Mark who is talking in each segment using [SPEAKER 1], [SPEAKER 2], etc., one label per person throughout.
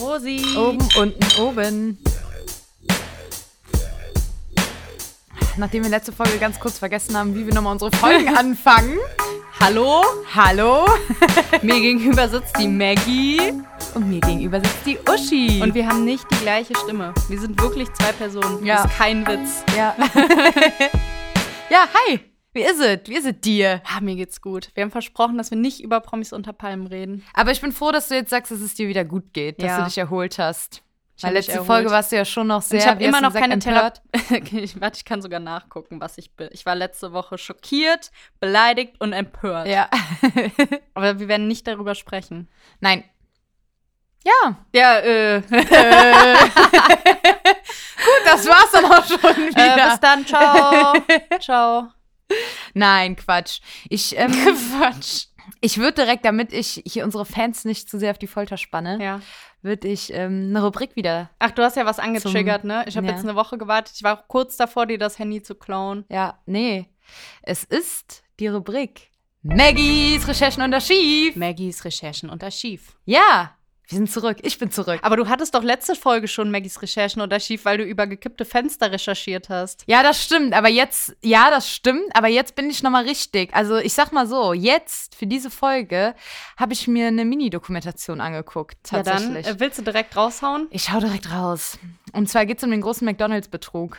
[SPEAKER 1] Rosi.
[SPEAKER 2] Oben, unten, oben. Nachdem wir letzte Folge ganz kurz vergessen haben, wie wir nochmal unsere Folgen anfangen.
[SPEAKER 1] Hallo.
[SPEAKER 2] Hallo.
[SPEAKER 1] Mir gegenüber sitzt die Maggie.
[SPEAKER 2] Und mir gegenüber sitzt die Uschi.
[SPEAKER 1] Und wir haben nicht die gleiche Stimme. Wir sind wirklich zwei Personen.
[SPEAKER 2] Ja.
[SPEAKER 1] Das ist kein Witz.
[SPEAKER 2] ja. ja, hi. Wie ist es? Wie ist es dir?
[SPEAKER 1] Ah, mir geht's gut. Wir haben versprochen, dass wir nicht über Promis unter Palmen reden.
[SPEAKER 2] Aber ich bin froh, dass du jetzt sagst, dass es dir wieder gut geht, dass
[SPEAKER 1] Ja.
[SPEAKER 2] du dich erholt hast.
[SPEAKER 1] Ich hab
[SPEAKER 2] Weil
[SPEAKER 1] mich
[SPEAKER 2] letzte
[SPEAKER 1] erholt.
[SPEAKER 2] Folge warst du ja schon noch sehr.
[SPEAKER 1] Und ich habe
[SPEAKER 2] wie
[SPEAKER 1] immer
[SPEAKER 2] hast du
[SPEAKER 1] noch
[SPEAKER 2] gesagt,
[SPEAKER 1] keine
[SPEAKER 2] empört.
[SPEAKER 1] Therapie. Ich- Warte, ich kann sogar nachgucken, was ich bin. Ich war letzte Woche schockiert, beleidigt und empört.
[SPEAKER 2] Ja.
[SPEAKER 1] Aber wir werden nicht darüber sprechen.
[SPEAKER 2] Nein. Ja,
[SPEAKER 1] Ja, äh.
[SPEAKER 2] Das war's dann auch schon
[SPEAKER 1] äh
[SPEAKER 2] wieder.
[SPEAKER 1] bis dann. Ciao. Ciao.
[SPEAKER 2] Nein, Quatsch. Ich, ähm,
[SPEAKER 1] Quatsch.
[SPEAKER 2] ich würde direkt, damit ich hier unsere Fans nicht zu sehr auf die Folter spanne,
[SPEAKER 1] Ja.
[SPEAKER 2] würde ich ähm, eine Rubrik wieder.
[SPEAKER 1] Ach, du hast ja was angetriggert, ne? Ich habe
[SPEAKER 2] ja.
[SPEAKER 1] jetzt eine Woche gewartet. Ich war auch kurz davor, dir das Handy zu klauen.
[SPEAKER 2] Ja, nee. Es ist die Rubrik Maggies Recherchen und Archiv.
[SPEAKER 1] Maggies Recherchen und Archiv.
[SPEAKER 2] Ja, wir sind zurück. Ich bin zurück.
[SPEAKER 1] Aber du hattest doch letzte Folge schon Maggies Recherchen und Archiv, weil du über gekippte Fenster recherchiert hast.
[SPEAKER 2] Ja, das stimmt, aber jetzt, ja, das stimmt, aber jetzt bin ich nochmal richtig. Also ich sag mal so, jetzt für diese Folge habe ich mir eine Mini-Dokumentation angeguckt,
[SPEAKER 1] Ja,
[SPEAKER 2] tatsächlich.
[SPEAKER 1] dann äh, willst du direkt raushauen?
[SPEAKER 2] Ich schau direkt raus. Und zwar geht's um den großen McDonalds-Betrug.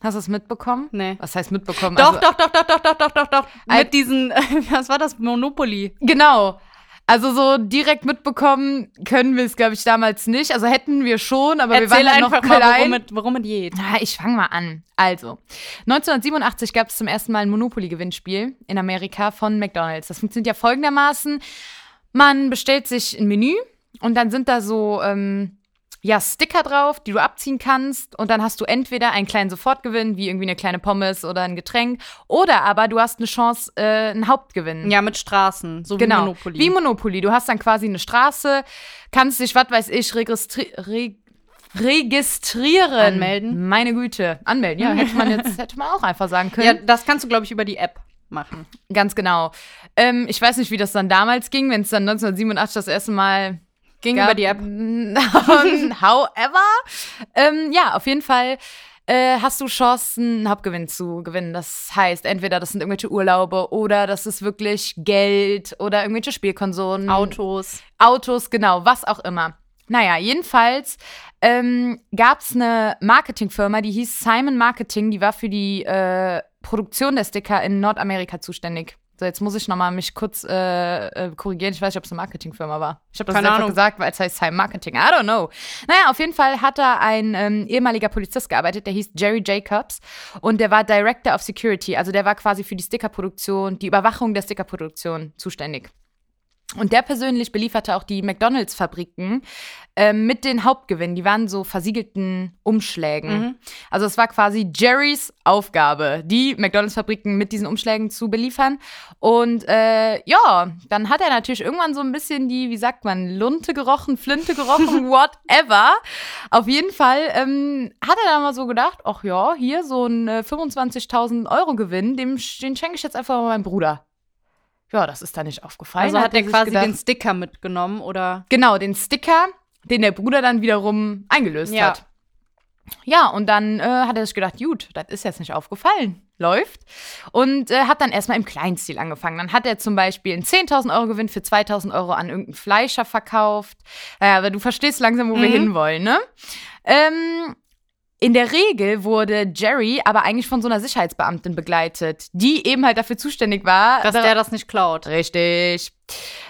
[SPEAKER 2] Hast du es mitbekommen?
[SPEAKER 1] Nee.
[SPEAKER 2] Was heißt mitbekommen?
[SPEAKER 1] Doch,
[SPEAKER 2] Ähm, Also-
[SPEAKER 1] doch, doch, doch, doch, doch, doch, doch, doch.
[SPEAKER 2] Ein-
[SPEAKER 1] Mit diesen, was war das? Monopoly.
[SPEAKER 2] Genau. Also so direkt mitbekommen können wir es, glaube ich, damals nicht. Also hätten wir schon, aber wir waren
[SPEAKER 1] Erzähl
[SPEAKER 2] dann noch
[SPEAKER 1] einfach
[SPEAKER 2] klein.
[SPEAKER 1] mal, worum es, worum es geht.
[SPEAKER 2] Ah, ich fange mal an. Also, 1987 gab es zum ersten Mal ein Monopoly-Gewinnspiel in Amerika von McDonalds. Das funktioniert ja folgendermaßen. Man bestellt sich ein Menü und dann sind da so ähm, ja, Sticker drauf, die du abziehen kannst. Und dann hast du entweder einen kleinen Sofortgewinn, wie irgendwie eine kleine Pommes oder ein Getränk, oder aber du hast eine Chance, äh, einen Hauptgewinn.
[SPEAKER 1] Ja, mit Straßen, so
[SPEAKER 2] Genau.
[SPEAKER 1] wie Monopoly.
[SPEAKER 2] Wie Monopoly. Du hast dann quasi eine Straße, kannst dich, was weiß ich, registri re registrieren.
[SPEAKER 1] Anmelden.
[SPEAKER 2] Meine Güte. Anmelden, ja. Hätte man jetzt hätte man auch einfach sagen
[SPEAKER 1] ja,
[SPEAKER 2] können.
[SPEAKER 1] das kannst du, glaube ich, über die App machen.
[SPEAKER 2] Ganz genau. Ähm, ich weiß nicht, wie das dann damals ging, wenn es dann 1987 das erste Mal
[SPEAKER 1] Ging
[SPEAKER 2] gab.
[SPEAKER 1] über die App.
[SPEAKER 2] However. Ähm, ja, auf jeden Fall. äh, Hast du Chancen, einen Hauptgewinn zu gewinnen? Das heißt, entweder das sind irgendwelche Urlaube oder das ist wirklich Geld oder irgendwelche Spielkonsolen.
[SPEAKER 1] Autos.
[SPEAKER 2] Autos, genau, was auch immer. Naja, jedenfalls ähm, gab es eine Marketingfirma, die hieß Simon Marketing, die war für die äh, Produktion der Sticker in Nordamerika zuständig. So, jetzt muss ich nochmal mich kurz äh, äh, korrigieren. Ich weiß nicht, ob es eine Marketingfirma war. Ich habe das
[SPEAKER 1] Keine
[SPEAKER 2] einfach
[SPEAKER 1] Ahnung.
[SPEAKER 2] gesagt, weil es heißt Simon Marketing. I don't know. Naja, auf jeden Fall hat da ein ähm, ehemaliger Polizist gearbeitet, der hieß Jerry Jacobs. Und der war Director of Security. Also der war quasi für die Stickerproduktion, die Überwachung der Stickerproduktion zuständig. Und der persönlich belieferte auch die McDonalds-Fabriken ähm, mit den Hauptgewinnen. Die waren so versiegelten Umschlägen.
[SPEAKER 1] Mhm.
[SPEAKER 2] Also es war quasi Jerrys Aufgabe, die McDonalds-Fabriken mit diesen Umschlägen zu beliefern. Und äh, ja, dann hat er natürlich irgendwann so ein bisschen die, wie sagt man, Lunte gerochen, Flinte gerochen, whatever. Auf jeden Fall ähm, hat er dann mal so gedacht, ach ja, hier so ein äh, 25.000 Euro Gewinn, dem, sch- den schenke ich jetzt einfach mal meinem Bruder. Ja, das ist da nicht aufgefallen.
[SPEAKER 1] Also hat er
[SPEAKER 2] sich
[SPEAKER 1] quasi
[SPEAKER 2] gedacht,
[SPEAKER 1] den Sticker mitgenommen oder
[SPEAKER 2] Genau, den Sticker, den der Bruder dann wiederum eingelöst
[SPEAKER 1] Ja.
[SPEAKER 2] hat. Ja, und dann äh, hat er sich gedacht, gut, das ist jetzt nicht aufgefallen. Läuft. Und äh, hat dann erstmal im Kleinstil angefangen. Dann hat er zum Beispiel einen 10.000 Euro Gewinn für 2.000 Euro an irgendeinen Fleischer verkauft. Naja, aber du verstehst langsam, wo wir
[SPEAKER 1] Mhm.
[SPEAKER 2] hinwollen, ne? Ähm, in der Regel wurde Jerry aber eigentlich von so einer Sicherheitsbeamtin begleitet, die eben halt dafür zuständig war,
[SPEAKER 1] dass
[SPEAKER 2] da-
[SPEAKER 1] der das nicht klaut.
[SPEAKER 2] Richtig.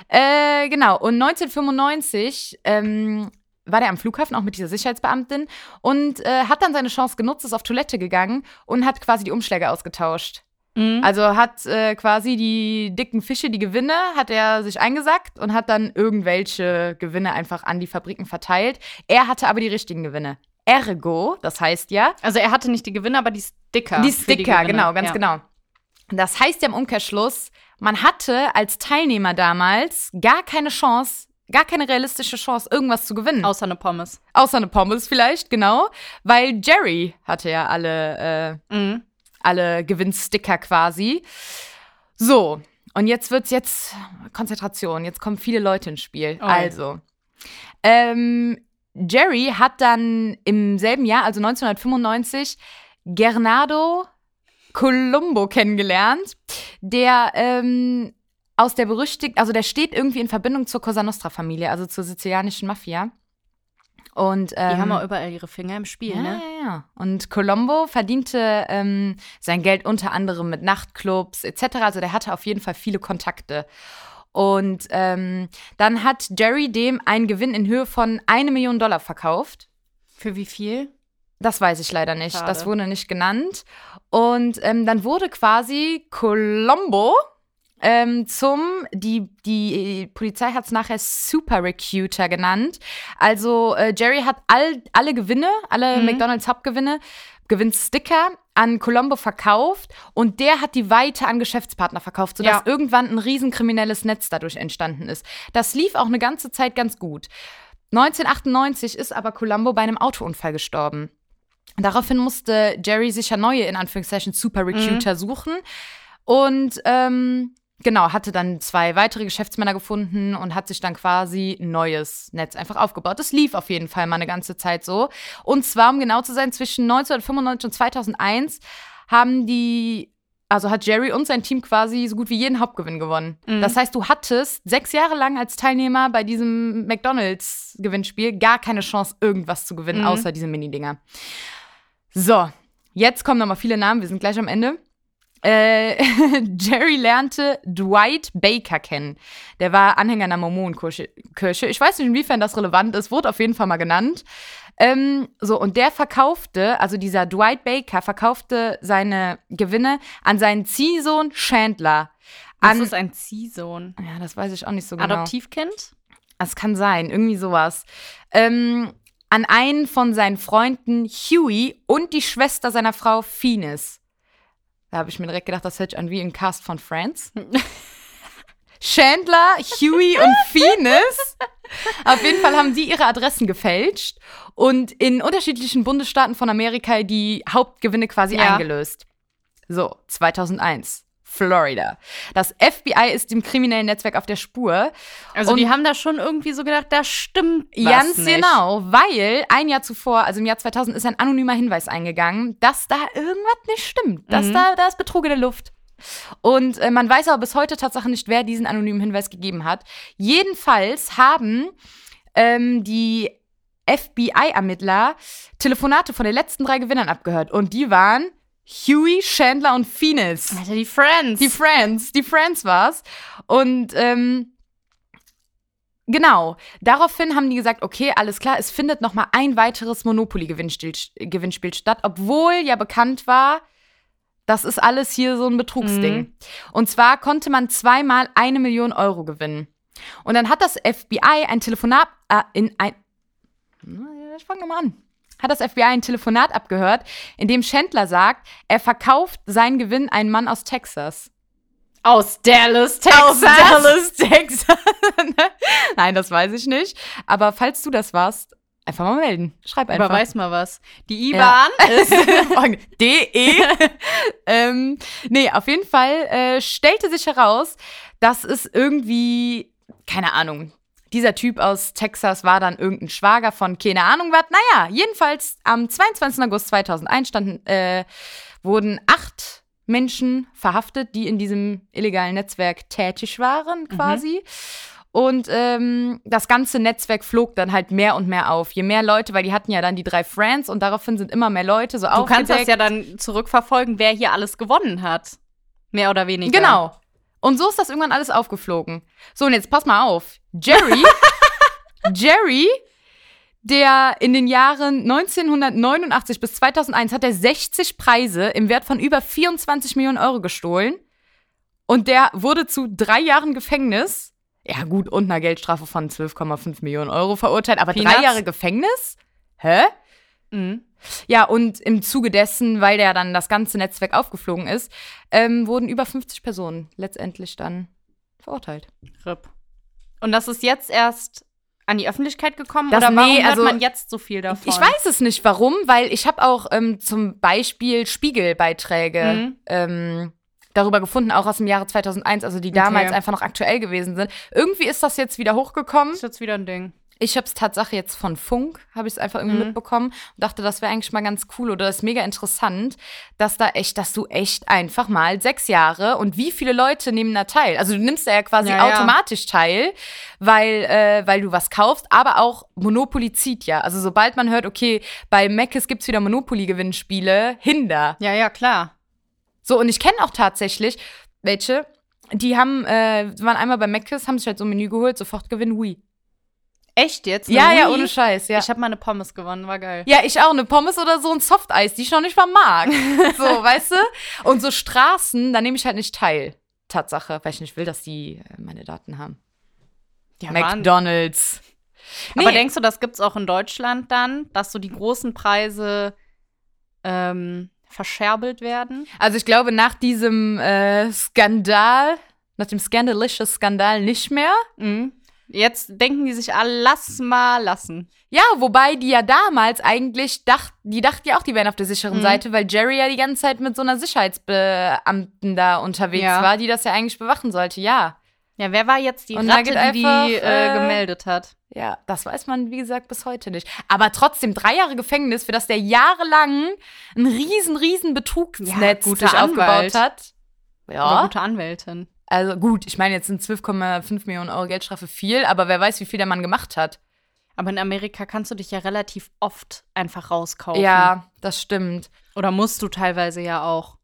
[SPEAKER 2] Äh, genau. Und 1995 ähm, war der am Flughafen auch mit dieser Sicherheitsbeamtin und äh, hat dann seine Chance genutzt, ist auf Toilette gegangen und hat quasi die Umschläge ausgetauscht.
[SPEAKER 1] Also,
[SPEAKER 2] Also hat äh, quasi die dicken Fische, die Gewinne, hat er sich eingesackt und hat dann irgendwelche Gewinne einfach an die Fabriken verteilt. Er hatte aber die richtigen Gewinne. Ergo, das heißt ja,
[SPEAKER 1] also er hatte nicht die Gewinne, aber die Sticker.
[SPEAKER 2] die
[SPEAKER 1] für
[SPEAKER 2] Sticker,
[SPEAKER 1] Gewinne.
[SPEAKER 2] genau, ganz
[SPEAKER 1] Ja.
[SPEAKER 2] genau. Das heißt ja im Umkehrschluss, man hatte als Teilnehmer damals gar keine Chance, gar keine realistische Chance, irgendwas zu gewinnen.
[SPEAKER 1] Außer eine Pommes.
[SPEAKER 2] Außer eine Pommes vielleicht, genau. Weil Jerry hatte ja alle, äh,
[SPEAKER 1] Mhm.
[SPEAKER 2] alle Gewinnsticker quasi. So, und jetzt wird's jetzt Konzentration, jetzt kommen viele Leute ins Spiel.
[SPEAKER 1] Oh.
[SPEAKER 2] Also, Ähm, Jerry hat dann im selben Jahr, also 1995, Gernardo Colombo kennengelernt, der ähm, aus der berüchtigten, also der steht irgendwie in Verbindung zur Cosa Nostra-Familie, also zur sizilianischen Mafia. Und,
[SPEAKER 1] Die
[SPEAKER 2] ähm,
[SPEAKER 1] haben auch überall ihre Finger im Spiel,
[SPEAKER 2] ja,
[SPEAKER 1] ne?
[SPEAKER 2] ja, ja. Und Colombo verdiente ähm, sein Geld unter anderem mit Nachtclubs etc. Also der hatte auf jeden Fall viele Kontakte. Und ähm, dann hat Jerry dem einen Gewinn in Höhe von eine Million Dollar verkauft.
[SPEAKER 1] Für wie viel?
[SPEAKER 2] Das weiß ich leider nicht.
[SPEAKER 1] Schade.
[SPEAKER 2] Das wurde nicht genannt. Und ähm, dann wurde quasi Colombo ähm, zum, die, die Polizei hat es nachher Super Recruiter genannt. Also äh, Jerry hat all, alle Gewinne, alle McDonalds Hauptgewinne, Gewinnsticker an Colombo verkauft und der hat die weiter an Geschäftspartner verkauft, sodass
[SPEAKER 1] Ja.
[SPEAKER 2] irgendwann ein riesenkriminelles Netz dadurch entstanden ist. Das lief auch eine ganze Zeit ganz gut. 1998 ist aber Colombo bei einem Autounfall gestorben. Daraufhin musste Jerry sich ja neue, in Anführungszeichen, Super Recruiter suchen. Und ähm, genau, hatte dann zwei weitere Geschäftsmänner gefunden und hat sich dann quasi ein neues Netz einfach aufgebaut. Das lief auf jeden Fall mal eine ganze Zeit so. Und zwar, um genau zu sein, zwischen 1995 und 2001 haben die, also hat Jerry und sein Team quasi so gut wie jeden Hauptgewinn gewonnen. Das heißt, du hattest sechs Jahre lang als Teilnehmer bei diesem McDonalds-Gewinnspiel gar keine Chance, irgendwas zu gewinnen,
[SPEAKER 1] Mhm.
[SPEAKER 2] außer diese Minidinger. So, jetzt kommen nochmal viele Namen, wir sind gleich am Ende. Äh, Jerry lernte Dwight Baker kennen. Der war Anhänger einer Mormonenkirche. Kirche. Ich weiß nicht, inwiefern das relevant ist, wurde auf jeden Fall mal genannt. Ähm, so, und der verkaufte, also dieser Dwight Baker verkaufte seine Gewinne an seinen Ziehsohn Chandler.
[SPEAKER 1] Das
[SPEAKER 2] An,
[SPEAKER 1] ist ein Ziehsohn.
[SPEAKER 2] ja, das weiß ich auch nicht so genau.
[SPEAKER 1] Adoptivkind?
[SPEAKER 2] Das Also, kann sein, irgendwie sowas. Ähm, an einen von seinen Freunden Huey und die Schwester seiner Frau Phoenix. Da habe ich mir direkt gedacht, das hört sich an wie im Cast von Friends. Chandler, Huey und Phoenix. Auf jeden Fall haben die ihre Adressen gefälscht und in unterschiedlichen Bundesstaaten von Amerika die Hauptgewinne quasi
[SPEAKER 1] Ja.
[SPEAKER 2] eingelöst. So, 2001, Florida. Das FBI ist dem kriminellen Netzwerk auf der Spur.
[SPEAKER 1] Also
[SPEAKER 2] Und-
[SPEAKER 1] die haben da schon irgendwie so gedacht, da stimmt was
[SPEAKER 2] Ganz
[SPEAKER 1] nicht.
[SPEAKER 2] genau, weil ein Jahr zuvor, also im Jahr 2000, ist ein anonymer Hinweis eingegangen, dass da irgendwas nicht stimmt,
[SPEAKER 1] Mhm.
[SPEAKER 2] dass da, da ist Betrug in der Luft. Und äh, man weiß aber bis heute Tatsache nicht, wer diesen anonymen Hinweis gegeben hat. Jedenfalls haben ähm, die FBI-Ermittler Telefonate von den letzten drei Gewinnern abgehört und die waren Huey, Chandler und Phoenix.
[SPEAKER 1] Alter, die Friends.
[SPEAKER 2] Die Friends, die Friends war's. Und ähm, genau, daraufhin haben die gesagt, okay, alles klar, es findet noch mal ein weiteres Monopoly-Gewinnspiel Gewinnspiel statt, obwohl ja bekannt war, das ist alles hier so ein Betrugsding.
[SPEAKER 1] Mhm.
[SPEAKER 2] Und zwar konnte man zweimal eine Million Euro gewinnen. Und dann hat das FBI ein Telefonat äh, in ein ich fange mal an. Hat das FBI ein Telefonat abgehört, in dem Chandler sagt, er verkauft seinen Gewinn einem Mann aus Texas.
[SPEAKER 1] aus Dallas, Texas.
[SPEAKER 2] Aus Dallas, Texas. Nein, das weiß ich nicht. Aber falls du das warst, einfach mal melden. Schreib einfach.
[SPEAKER 1] Überweis mal was. Die
[SPEAKER 2] Ja.
[SPEAKER 1] IBAN ist
[SPEAKER 2] Folgende. DE. ähm, nee, auf jeden Fall äh, stellte sich heraus, dass es irgendwie, keine Ahnung, dieser Typ aus Texas war dann irgendein Schwager von keine Ahnung was. Naja, jedenfalls am 22. August 2001 standen, äh, wurden acht Menschen verhaftet, die in diesem illegalen Netzwerk tätig waren quasi.
[SPEAKER 1] Mhm.
[SPEAKER 2] Und ähm, das ganze Netzwerk flog dann halt mehr und mehr auf. Je mehr Leute, weil die hatten ja dann die drei Friends und daraufhin sind immer mehr Leute so
[SPEAKER 1] Du kannst das
[SPEAKER 2] aufgedeckt.
[SPEAKER 1] ja dann zurückverfolgen, wer hier alles gewonnen hat. Mehr oder weniger.
[SPEAKER 2] Genau. Und so ist das irgendwann alles aufgeflogen. So, und jetzt pass mal auf. Jerry, Jerry, der in den Jahren 1989 bis 2001 hat er 60 Preise im Wert von über 24 Millionen Euro gestohlen. Und der wurde zu drei Jahren Gefängnis, ja gut, und einer Geldstrafe von 12,5 Millionen Euro verurteilt. Aber drei
[SPEAKER 1] Peanuts.
[SPEAKER 2] Jahre Gefängnis? Hä?
[SPEAKER 1] Mhm.
[SPEAKER 2] Ja, und im Zuge dessen, weil der dann das ganze Netzwerk aufgeflogen ist, ähm, wurden über 50 Personen letztendlich dann verurteilt.
[SPEAKER 1] RIP. Und das ist jetzt erst an die Öffentlichkeit gekommen?
[SPEAKER 2] Das-
[SPEAKER 1] oder warum
[SPEAKER 2] nee, also-
[SPEAKER 1] hört man jetzt so viel davon?
[SPEAKER 2] Ich weiß es nicht warum, weil ich habe auch ähm, zum Beispiel Spiegelbeiträge
[SPEAKER 1] Mhm.
[SPEAKER 2] ähm, darüber gefunden, auch aus dem Jahre 2001, also die damals
[SPEAKER 1] Okay.
[SPEAKER 2] einfach noch aktuell gewesen sind. Irgendwie ist das jetzt wieder hochgekommen.
[SPEAKER 1] Das ist jetzt wieder ein Ding.
[SPEAKER 2] Ich habe es Tatsache jetzt von Funk, habe ich es einfach
[SPEAKER 1] Mhm.
[SPEAKER 2] irgendwie mitbekommen und dachte, das wäre eigentlich mal ganz cool oder das ist mega interessant, dass da echt, dass du echt einfach mal sechs Jahre und wie viele Leute nehmen da teil. Also du nimmst da ja quasi
[SPEAKER 1] Ja, ja.
[SPEAKER 2] automatisch teil, weil, äh, weil du was kaufst, aber auch Monopoly zieht ja. Also sobald man hört, okay, bei Meckes gibt's wieder Monopoly-Gewinnspiele, hinder.
[SPEAKER 1] Ja, ja, klar.
[SPEAKER 2] So, und ich kenne auch tatsächlich welche, die haben, äh, waren einmal bei Mc's, haben sich halt so ein Menü geholt, sofort gewinnen, oui.
[SPEAKER 1] Echt jetzt?
[SPEAKER 2] Ja,
[SPEAKER 1] Eine
[SPEAKER 2] ja,
[SPEAKER 1] Wii?
[SPEAKER 2] ohne Scheiß, ja.
[SPEAKER 1] Ich habe mal eine Pommes gewonnen, war geil.
[SPEAKER 2] ja, ich auch, eine Pommes oder so ein Softeis, die ich noch nicht mal mag. So, weißt du? Und so Straßen, da nehme ich halt nicht teil. Tatsache, weil ich nicht will, dass die äh, meine Daten haben.
[SPEAKER 1] Ja, Wahnsinn.
[SPEAKER 2] McDonalds.
[SPEAKER 1] Aber
[SPEAKER 2] Nee.
[SPEAKER 1] denkst du, das gibt's auch in Deutschland dann, dass so die großen Preise ähm, verscherbelt werden?
[SPEAKER 2] Also ich glaube, nach diesem äh, Skandal, nach dem Scandalicious Skandal nicht mehr.
[SPEAKER 1] Mhm. Jetzt denken die sich alle, lass mal lassen.
[SPEAKER 2] Ja, wobei die ja damals eigentlich dacht, die dachten ja auch, die wären auf der sicheren
[SPEAKER 1] Mhm.
[SPEAKER 2] Seite, weil Jerry ja die ganze Zeit mit so einer Sicherheitsbeamten da unterwegs
[SPEAKER 1] Ja.
[SPEAKER 2] war, die das ja eigentlich bewachen sollte. Ja.
[SPEAKER 1] Ja, wer war jetzt die
[SPEAKER 2] Und da
[SPEAKER 1] Ratte,
[SPEAKER 2] geht
[SPEAKER 1] die,
[SPEAKER 2] einfach,
[SPEAKER 1] die äh,
[SPEAKER 2] äh,
[SPEAKER 1] gemeldet hat?
[SPEAKER 2] Ja, das weiß man, wie gesagt, bis heute nicht. Aber trotzdem drei Jahre Gefängnis, für das der jahrelang ein riesen, riesen Betrugsnetz
[SPEAKER 1] Ja, guter
[SPEAKER 2] sich aufgebaut
[SPEAKER 1] Anwalt.
[SPEAKER 2] hat.
[SPEAKER 1] Oder
[SPEAKER 2] Ja,
[SPEAKER 1] gute Anwältin.
[SPEAKER 2] also gut, ich meine, jetzt sind 12,5 Millionen Euro Geldstrafe viel, aber wer weiß, wie viel der Mann gemacht hat.
[SPEAKER 1] Aber in Amerika kannst du dich ja relativ oft einfach rauskaufen.
[SPEAKER 2] Ja, das stimmt.
[SPEAKER 1] Oder musst du teilweise ja auch.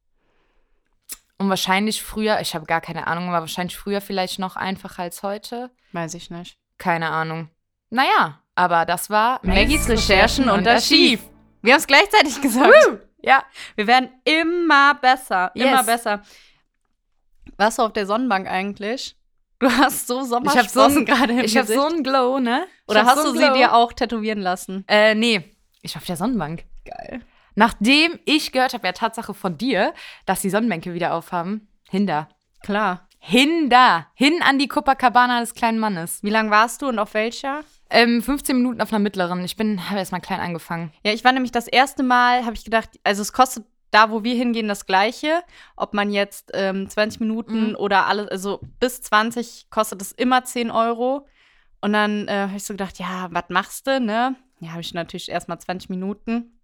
[SPEAKER 2] Und wahrscheinlich früher, ich habe gar keine Ahnung, aber wahrscheinlich früher vielleicht noch einfacher als heute.
[SPEAKER 1] Weiß ich nicht.
[SPEAKER 2] Keine Ahnung. Naja, aber das war
[SPEAKER 1] Maggies Recherchen und das Schief.
[SPEAKER 2] Archiv.
[SPEAKER 1] Wir haben es gleichzeitig gesagt.
[SPEAKER 2] Ja.
[SPEAKER 1] Wir werden immer besser,
[SPEAKER 2] Yes.
[SPEAKER 1] immer besser. Warst du auf der Sonnenbank eigentlich? Du hast so
[SPEAKER 2] Ich habe so,
[SPEAKER 1] Sommersprossen
[SPEAKER 2] ein-
[SPEAKER 1] gerade im
[SPEAKER 2] ich hab
[SPEAKER 1] Gesicht.
[SPEAKER 2] so einen Glow, ne? Ich
[SPEAKER 1] Oder
[SPEAKER 2] hab
[SPEAKER 1] hast
[SPEAKER 2] so
[SPEAKER 1] du
[SPEAKER 2] einen
[SPEAKER 1] sie
[SPEAKER 2] Glow.
[SPEAKER 1] dir auch tätowieren lassen?
[SPEAKER 2] Äh, nee. Ich war auf der Sonnenbank.
[SPEAKER 1] Geil.
[SPEAKER 2] Nachdem ich gehört habe, ja, Tatsache von dir, dass die Sonnenbänke wieder aufhaben. Hinder.
[SPEAKER 1] Klar.
[SPEAKER 2] Hinder. Hin an die Copacabana des kleinen Mannes.
[SPEAKER 1] Wie lange warst du und auf welcher?
[SPEAKER 2] Ähm, 15 Minuten auf einer mittleren. Ich bin, habe erst mal klein angefangen.
[SPEAKER 1] Ja, ich war nämlich das erste Mal, habe ich gedacht, also es kostet da, wo wir hingehen, das Gleiche. Ob man jetzt ähm, 20 Minuten
[SPEAKER 2] Mhm.
[SPEAKER 1] oder alles, also bis 20 kostet es immer 10 Euro. Und dann äh, habe ich so gedacht, ja, was machst du, ne? Ja, habe ich natürlich erstmal 20 Minuten.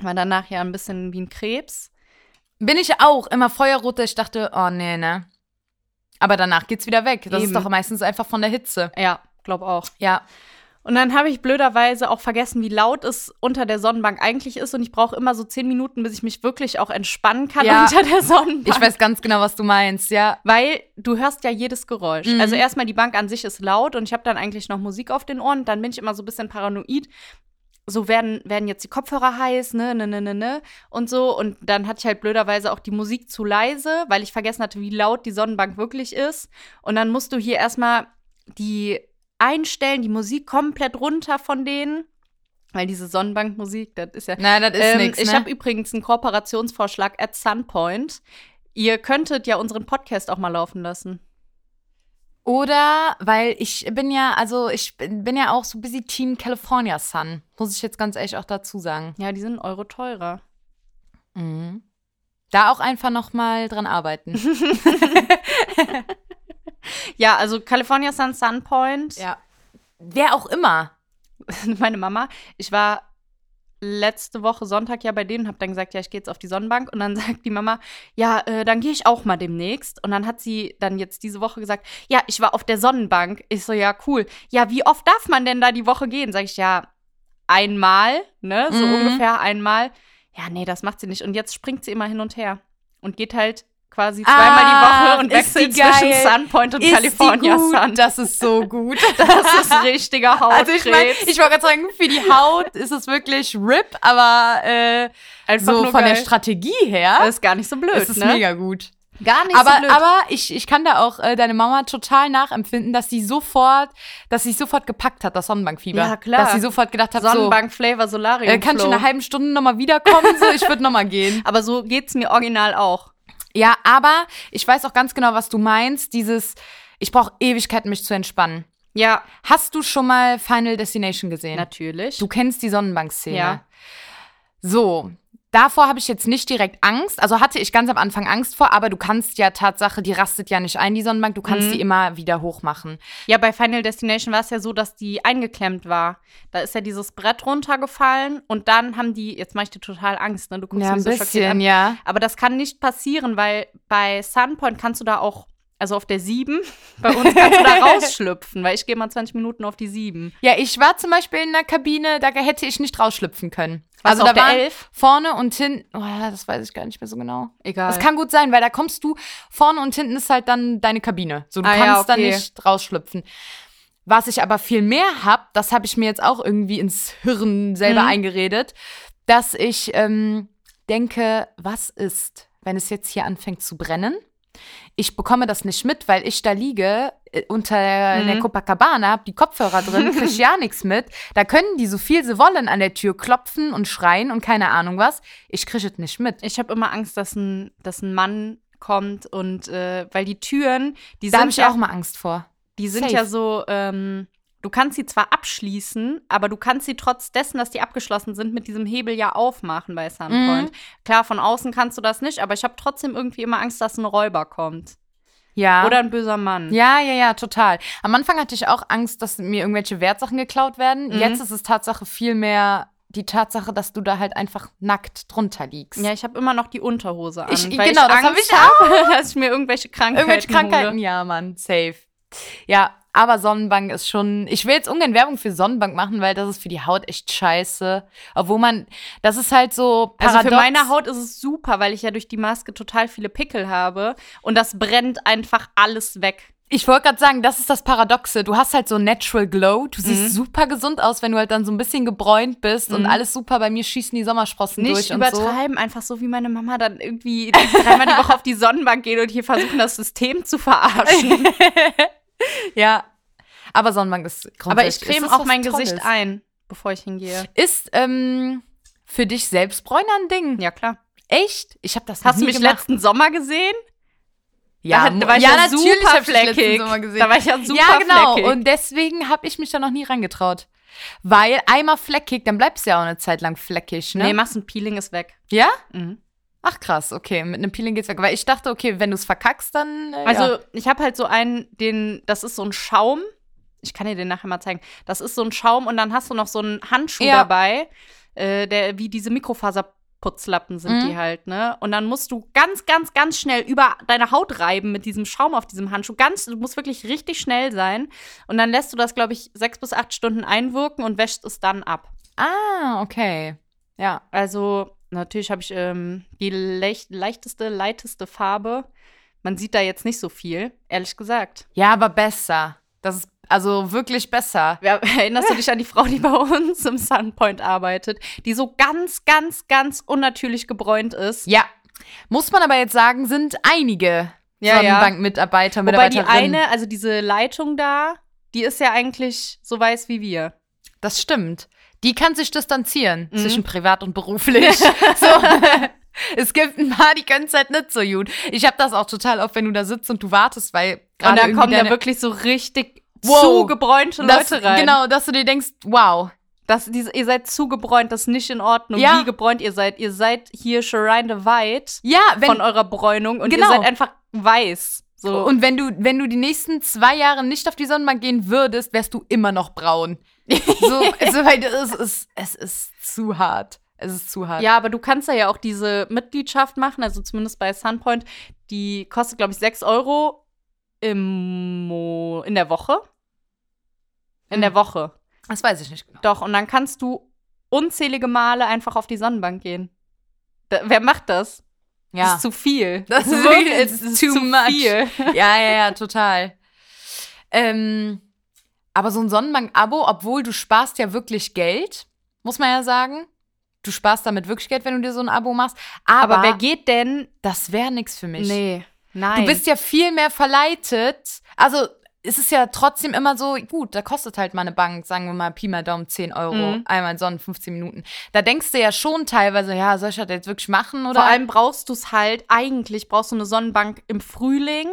[SPEAKER 1] War danach ja ein bisschen wie ein Krebs.
[SPEAKER 2] Bin ich auch immer feuerrote. Ich dachte, oh nee, ne. Aber danach geht's wieder weg. Das
[SPEAKER 1] Eben.
[SPEAKER 2] ist doch meistens einfach von der Hitze.
[SPEAKER 1] Ja, glaube auch.
[SPEAKER 2] Ja.
[SPEAKER 1] Und dann habe ich blöderweise auch vergessen, wie laut es unter der Sonnenbank eigentlich ist. Und ich brauche immer so 10 Minuten, bis ich mich wirklich auch entspannen kann
[SPEAKER 2] Ja.
[SPEAKER 1] unter der Sonnenbank.
[SPEAKER 2] Ich weiß ganz genau, was du meinst, ja.
[SPEAKER 1] Weil du hörst ja jedes Geräusch.
[SPEAKER 2] Mhm.
[SPEAKER 1] Also erstmal die Bank an sich ist laut und ich habe dann eigentlich noch Musik auf den Ohren. Dann bin ich immer so ein bisschen paranoid. So werden, werden jetzt die Kopfhörer heiß, ne, ne, ne, ne, ne und so. Und dann hatte ich halt blöderweise auch die Musik zu leise, weil ich vergessen hatte, wie laut die Sonnenbank wirklich ist. Und dann musst du hier erstmal die einstellen, die Musik komplett runter von denen. Weil diese Sonnenbankmusik, das ist ja
[SPEAKER 2] Na, das ist
[SPEAKER 1] ähm,
[SPEAKER 2] nix, ne?
[SPEAKER 1] Ich habe übrigens einen Kooperationsvorschlag at Sunpoint. Ihr könntet ja unseren Podcast auch mal laufen lassen.
[SPEAKER 2] Oder, weil ich bin ja, also ich bin bin ja auch so busy Team California Sun. Muss ich jetzt ganz ehrlich auch dazu sagen.
[SPEAKER 1] Ja, die sind einen Euro teurer.
[SPEAKER 2] Mhm. Da auch einfach noch mal dran arbeiten.
[SPEAKER 1] Ja, also California Sun Sunpoint.
[SPEAKER 2] ja. Wer auch immer.
[SPEAKER 1] Meine Mama, ich war letzte Woche Sonntag ja bei denen und habe dann gesagt, ja, ich gehe jetzt auf die Sonnenbank. Und dann sagt die Mama, ja, äh, dann gehe ich auch mal demnächst. Und dann hat sie dann jetzt diese Woche gesagt, ja, ich war auf der Sonnenbank. Ich so, ja, cool. Ja, wie oft darf man denn da die Woche gehen? Sag ich, ja, einmal, ne? So
[SPEAKER 2] Mhm.
[SPEAKER 1] ungefähr einmal. Ja, nee, das macht sie nicht. Und jetzt springt sie immer hin und her und geht halt quasi
[SPEAKER 2] Ah,
[SPEAKER 1] zweimal die Woche und
[SPEAKER 2] ist
[SPEAKER 1] wechselt
[SPEAKER 2] die geil.
[SPEAKER 1] zwischen Sunpoint und
[SPEAKER 2] Ist die
[SPEAKER 1] California
[SPEAKER 2] gut?
[SPEAKER 1] Sun.
[SPEAKER 2] Das ist so gut.
[SPEAKER 1] Das ist richtiger Hautkrebs.
[SPEAKER 2] also ich meine, ich wollte gerade sagen, für die Haut ist es wirklich RIP, aber äh,
[SPEAKER 1] Einfach
[SPEAKER 2] so
[SPEAKER 1] nur
[SPEAKER 2] von der
[SPEAKER 1] geil.
[SPEAKER 2] Strategie her
[SPEAKER 1] Das Ah. ist gar nicht so blöd,
[SPEAKER 2] ist es
[SPEAKER 1] ne?
[SPEAKER 2] mega gut.
[SPEAKER 1] Gar nicht
[SPEAKER 2] aber,
[SPEAKER 1] so blöd.
[SPEAKER 2] aber ich, ich kann da auch äh, deine Mama total nachempfinden, dass sie sofort, dass sie sofort gepackt hat, das Sonnenbankfieber.
[SPEAKER 1] Ja, klar.
[SPEAKER 2] Dass sie sofort gedacht hat,
[SPEAKER 1] Sonnenbank Flavor
[SPEAKER 2] so,
[SPEAKER 1] Solarium.
[SPEAKER 2] äh, kann ich in
[SPEAKER 1] Flow.
[SPEAKER 2] einer halben Stunde nochmal wiederkommen, so, ich würde nochmal gehen.
[SPEAKER 1] aber so geht's mir original auch.
[SPEAKER 2] Ja, aber ich weiß auch ganz genau, was du meinst, dieses, ich brauche Ewigkeiten, mich zu entspannen.
[SPEAKER 1] Ja,
[SPEAKER 2] Hast du schon mal Final Destination gesehen?
[SPEAKER 1] natürlich.
[SPEAKER 2] Du kennst die Sonnenbankszene.
[SPEAKER 1] Ja.
[SPEAKER 2] So, Davor habe ich jetzt nicht direkt Angst. Also hatte ich ganz am Anfang Angst vor, aber du kannst ja Tatsache, die rastet ja nicht ein, die Sonnenbank. Du kannst
[SPEAKER 1] Mhm.
[SPEAKER 2] die immer wieder hochmachen.
[SPEAKER 1] Ja, bei Final Destination war es ja so, dass die eingeklemmt war. Da ist ja dieses Brett runtergefallen und dann haben die, jetzt mache ich dir total Angst, ne? Du guckst mich so schockiert an.
[SPEAKER 2] ja.
[SPEAKER 1] Aber das kann nicht passieren, weil bei Sunpoint kannst du da auch, also auf der 7, bei uns kannst du da rausschlüpfen, weil ich gehe mal 20 Minuten auf die 7.
[SPEAKER 2] Ja, ich war zum Beispiel in der Kabine, da hätte ich nicht rausschlüpfen können.
[SPEAKER 1] Warst du
[SPEAKER 2] also da
[SPEAKER 1] auf der
[SPEAKER 2] waren
[SPEAKER 1] Elf?
[SPEAKER 2] vorne und hinten, oh, das weiß ich gar nicht mehr so genau.
[SPEAKER 1] Egal.
[SPEAKER 2] Das kann gut sein, weil da kommst du, vorne und hinten ist halt dann deine Kabine. So, du
[SPEAKER 1] Ah ja,
[SPEAKER 2] kannst dann
[SPEAKER 1] okay.
[SPEAKER 2] nicht rausschlüpfen. Was ich aber viel mehr hab, das habe ich mir jetzt auch irgendwie ins Hirn selber
[SPEAKER 1] Mhm.
[SPEAKER 2] eingeredet, dass ich ähm, denke, was ist, wenn es jetzt hier anfängt zu brennen? Ich bekomme das nicht mit, weil ich da liege äh, unter der
[SPEAKER 1] Mhm.
[SPEAKER 2] Copacabana, hab die Kopfhörer drin, krieg ja nichts mit. Da können die so viel sie wollen an der Tür klopfen und schreien und keine Ahnung was. Ich kriege es nicht mit.
[SPEAKER 1] Ich habe immer Angst, dass ein, dass ein Mann kommt und äh, weil die Türen, die
[SPEAKER 2] Da habe
[SPEAKER 1] sind
[SPEAKER 2] ich
[SPEAKER 1] ja
[SPEAKER 2] auch mal Angst vor.
[SPEAKER 1] Die sind
[SPEAKER 2] Safe.
[SPEAKER 1] ja so, ähm, du kannst sie zwar abschließen, aber du kannst sie trotz dessen, dass die abgeschlossen sind, mit diesem Hebel ja aufmachen bei
[SPEAKER 2] Mhm.
[SPEAKER 1] Sunpoint. Klar, von außen kannst du das nicht, aber ich habe trotzdem irgendwie immer Angst, dass ein Räuber kommt.
[SPEAKER 2] Ja.
[SPEAKER 1] Oder ein böser Mann.
[SPEAKER 2] ja, ja, ja, total. Am Anfang hatte ich auch Angst, dass mir irgendwelche Wertsachen geklaut werden.
[SPEAKER 1] Mhm.
[SPEAKER 2] Jetzt ist es Tatsache viel mehr die Tatsache, dass du da halt einfach nackt drunter liegst.
[SPEAKER 1] Ja, ich habe immer noch die Unterhose an.
[SPEAKER 2] Ich-
[SPEAKER 1] weil
[SPEAKER 2] genau,
[SPEAKER 1] ich
[SPEAKER 2] das hab
[SPEAKER 1] Angst
[SPEAKER 2] ich
[SPEAKER 1] habe, dass ich mir irgendwelche Krankheiten
[SPEAKER 2] Irgendwelche Krankheiten,
[SPEAKER 1] hole.
[SPEAKER 2] ja, Mann, safe. Ja, aber Sonnenbank ist schon. Ich will jetzt ungern Werbung für Sonnenbank machen, weil das ist für die Haut echt scheiße. Obwohl man, das ist halt so paradox.
[SPEAKER 1] Also für meine Haut ist es super, weil ich ja durch die Maske total viele Pickel habe und das brennt einfach alles weg.
[SPEAKER 2] Ich wollte gerade sagen, das ist das Paradoxe. Du hast halt so Natural Glow. Du siehst
[SPEAKER 1] Mhm.
[SPEAKER 2] super gesund aus, wenn du halt dann so ein bisschen gebräunt bist und alles super. Bei mir schießen die Sommersprossen
[SPEAKER 1] Nicht
[SPEAKER 2] durch und so.
[SPEAKER 1] übertreiben, einfach so wie meine Mama dann irgendwie dreimal die Woche auf die Sonnenbank geht und hier versuchen, das System zu verarschen.
[SPEAKER 2] Ja. Aber Sonnenbank ist
[SPEAKER 1] Aber ich
[SPEAKER 2] grundsätzlich-
[SPEAKER 1] creme
[SPEAKER 2] ist das
[SPEAKER 1] auch
[SPEAKER 2] was
[SPEAKER 1] mein
[SPEAKER 2] Tolles?
[SPEAKER 1] Gesicht ein, bevor ich hingehe.
[SPEAKER 2] Ist ähm, für dich Selbstbräuner ein Ding?
[SPEAKER 1] Ja, klar.
[SPEAKER 2] Echt? Ich habe das noch
[SPEAKER 1] Hast du
[SPEAKER 2] nie
[SPEAKER 1] mich
[SPEAKER 2] gemacht.
[SPEAKER 1] letzten Sommer gesehen?
[SPEAKER 2] ja,
[SPEAKER 1] da, hat- da war ich ja, super fleckig. Da war ich ja super
[SPEAKER 2] ja, genau.
[SPEAKER 1] fleckig.
[SPEAKER 2] Und deswegen habe ich mich da noch nie rangetraut. Weil einmal fleckig, dann bleibst du ja auch eine Zeit lang fleckig, ne?
[SPEAKER 1] Nee, machst ein Peeling, ist weg.
[SPEAKER 2] ja?
[SPEAKER 1] Mhm.
[SPEAKER 2] Ach krass, okay, mit einem Peeling geht's weg. Weil ich dachte, okay, wenn du es verkackst, dann. Äh,
[SPEAKER 1] Also,
[SPEAKER 2] ja.
[SPEAKER 1] ich habe halt so einen, den, das ist so ein Schaum. Ich kann dir den nachher mal zeigen. Das ist so ein Schaum und dann hast du noch so einen Handschuh
[SPEAKER 2] Ja.
[SPEAKER 1] dabei, äh, der wie diese Mikrofaserputzlappen sind
[SPEAKER 2] Mhm.
[SPEAKER 1] die halt, ne? Und dann musst du ganz, ganz, ganz schnell über deine Haut reiben mit diesem Schaum auf diesem Handschuh. Ganz, du musst wirklich richtig schnell sein. Und dann lässt du das, glaube ich, sechs bis acht Stunden einwirken und wäscht es dann ab.
[SPEAKER 2] Ah, okay. Ja.
[SPEAKER 1] Also, natürlich habe ich ähm, die lech- leichteste, leiteste Farbe. Man sieht da jetzt nicht so viel, ehrlich gesagt.
[SPEAKER 2] Ja, aber besser. Das ist also wirklich besser.
[SPEAKER 1] Wer- Erinnerst du dich an die Frau, die bei uns im Sunpoint arbeitet, die so ganz, ganz, ganz unnatürlich gebräunt ist?
[SPEAKER 2] Ja. Muss man aber jetzt sagen, sind einige
[SPEAKER 1] Ja, ja.
[SPEAKER 2] Sonnenbank-Mitarbeiter,
[SPEAKER 1] Wobei die
[SPEAKER 2] Mitarbeiterinnen.
[SPEAKER 1] eine, also diese Leitung da, die ist ja eigentlich so weiß wie wir.
[SPEAKER 2] Das stimmt. Die kann sich distanzieren
[SPEAKER 1] Mhm.
[SPEAKER 2] zwischen privat und beruflich. so. Es gibt ein paar, die können es halt nicht so gut. Ich habe das auch total oft, wenn du da sitzt und du wartest, weil
[SPEAKER 1] Und
[SPEAKER 2] gerade
[SPEAKER 1] da
[SPEAKER 2] irgendwie
[SPEAKER 1] kommen ja
[SPEAKER 2] deine-
[SPEAKER 1] wirklich so richtig
[SPEAKER 2] Wow.
[SPEAKER 1] zugebräunte
[SPEAKER 2] dass,
[SPEAKER 1] Leute rein.
[SPEAKER 2] Genau, dass du dir denkst, wow,
[SPEAKER 1] Das, diese, ihr seid zugebräunt, das ist nicht in Ordnung.
[SPEAKER 2] Ja.
[SPEAKER 1] Wie gebräunt ihr seid. Ihr seid hier Sherine the White
[SPEAKER 2] Ja, wenn,
[SPEAKER 1] von eurer Bräunung und
[SPEAKER 2] Genau.
[SPEAKER 1] ihr seid einfach weiß. So.
[SPEAKER 2] und wenn du, wenn du die nächsten zwei Jahre nicht auf die Sonnenbank gehen würdest, wärst du immer noch braun. So, so weil es ist, es ist zu hart. Es ist zu hart.
[SPEAKER 1] Ja, aber du kannst da ja auch diese Mitgliedschaft machen, also zumindest bei Sunpoint. Die kostet, glaube ich, 6 Euro im Mo in der Woche. In
[SPEAKER 2] Hm.
[SPEAKER 1] der Woche.
[SPEAKER 2] Das weiß ich nicht genau.
[SPEAKER 1] Doch, und dann kannst du unzählige Male einfach auf die Sonnenbank gehen. Da, wer macht das? Das
[SPEAKER 2] Ja.
[SPEAKER 1] ist zu viel.
[SPEAKER 2] Das ist wirklich- it's too much. ja, ja, ja, total. Ähm, aber so ein Sonnenbank-Abo, obwohl du sparst ja wirklich Geld, muss man ja sagen. Du sparst damit wirklich Geld, wenn du dir so ein Abo machst. Aber,
[SPEAKER 1] Aber, wer geht denn?
[SPEAKER 2] das wäre nichts für mich.
[SPEAKER 1] Nee, nein.
[SPEAKER 2] Du bist ja viel mehr verleitet. Also es ist ja trotzdem immer so, gut, da kostet halt mal eine Bank, sagen wir mal, Pi mal Daumen 10 Euro,
[SPEAKER 1] Mhm.
[SPEAKER 2] einmal Sonnen 15 Minuten. Da denkst du ja schon teilweise, ja, soll ich das jetzt wirklich machen? Oder?
[SPEAKER 1] Vor allem brauchst du es halt, eigentlich brauchst du eine Sonnenbank im Frühling,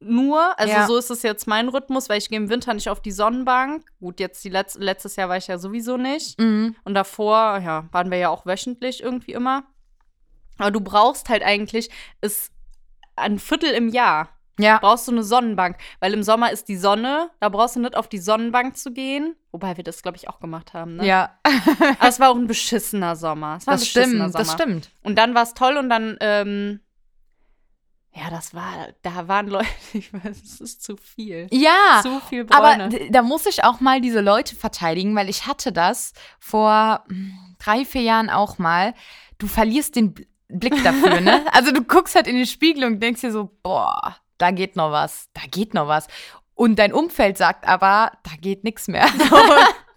[SPEAKER 1] nur. Also
[SPEAKER 2] Ja.
[SPEAKER 1] so ist es jetzt mein Rhythmus, weil ich gehe im Winter nicht auf die Sonnenbank. Gut, jetzt die Letz letztes Jahr war ich ja sowieso nicht.
[SPEAKER 2] Mhm.
[SPEAKER 1] Und davor, ja, waren wir ja auch wöchentlich irgendwie immer. Aber du brauchst halt eigentlich ist ein Viertel im Jahr
[SPEAKER 2] Ja.
[SPEAKER 1] brauchst du eine Sonnenbank, weil im Sommer ist die Sonne, da brauchst du nicht auf die Sonnenbank zu gehen, wobei wir das glaube ich auch gemacht haben, ne?
[SPEAKER 2] Ja,
[SPEAKER 1] Aber es war auch ein beschissener Sommer. Es war ein
[SPEAKER 2] das
[SPEAKER 1] beschissener
[SPEAKER 2] stimmt,
[SPEAKER 1] Sommer.
[SPEAKER 2] das stimmt.
[SPEAKER 1] Und dann war es toll und dann, ähm, ja, das war, da waren Leute, ich weiß, es ist zu viel.
[SPEAKER 2] Ja,
[SPEAKER 1] zu viel Bräune.
[SPEAKER 2] aber d- da muss ich auch mal diese Leute verteidigen, weil ich hatte das vor hm, drei, vier Jahren auch mal. Du verlierst den B- Blick dafür, ne? Also du guckst halt in den Spiegel und denkst dir so, boah, da geht noch was, da geht noch was. Und dein Umfeld sagt aber, da geht nichts mehr. So,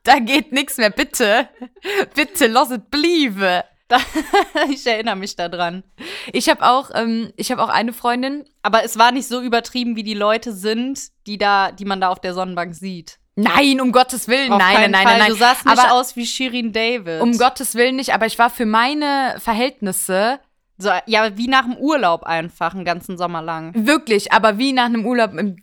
[SPEAKER 2] da geht nichts mehr, bitte. Bitte, lass it believe.
[SPEAKER 1] ich erinnere mich daran.
[SPEAKER 2] Ich habe auch, ähm, ich habe auch eine Freundin,
[SPEAKER 1] Aber es war nicht so übertrieben, wie die Leute sind, die da, die man da auf der Sonnenbank sieht.
[SPEAKER 2] Nein, um Gottes Willen.
[SPEAKER 1] Auf
[SPEAKER 2] nein, nein,
[SPEAKER 1] keinen
[SPEAKER 2] nein,
[SPEAKER 1] Fall.
[SPEAKER 2] nein, nein.
[SPEAKER 1] Du sahst nicht
[SPEAKER 2] aber
[SPEAKER 1] aus wie Shirin David.
[SPEAKER 2] um Gottes Willen nicht, aber ich war für meine Verhältnisse
[SPEAKER 1] So, ja, wie nach dem Urlaub einfach, einen ganzen Sommer lang.
[SPEAKER 2] wirklich, aber wie nach einem Urlaub im,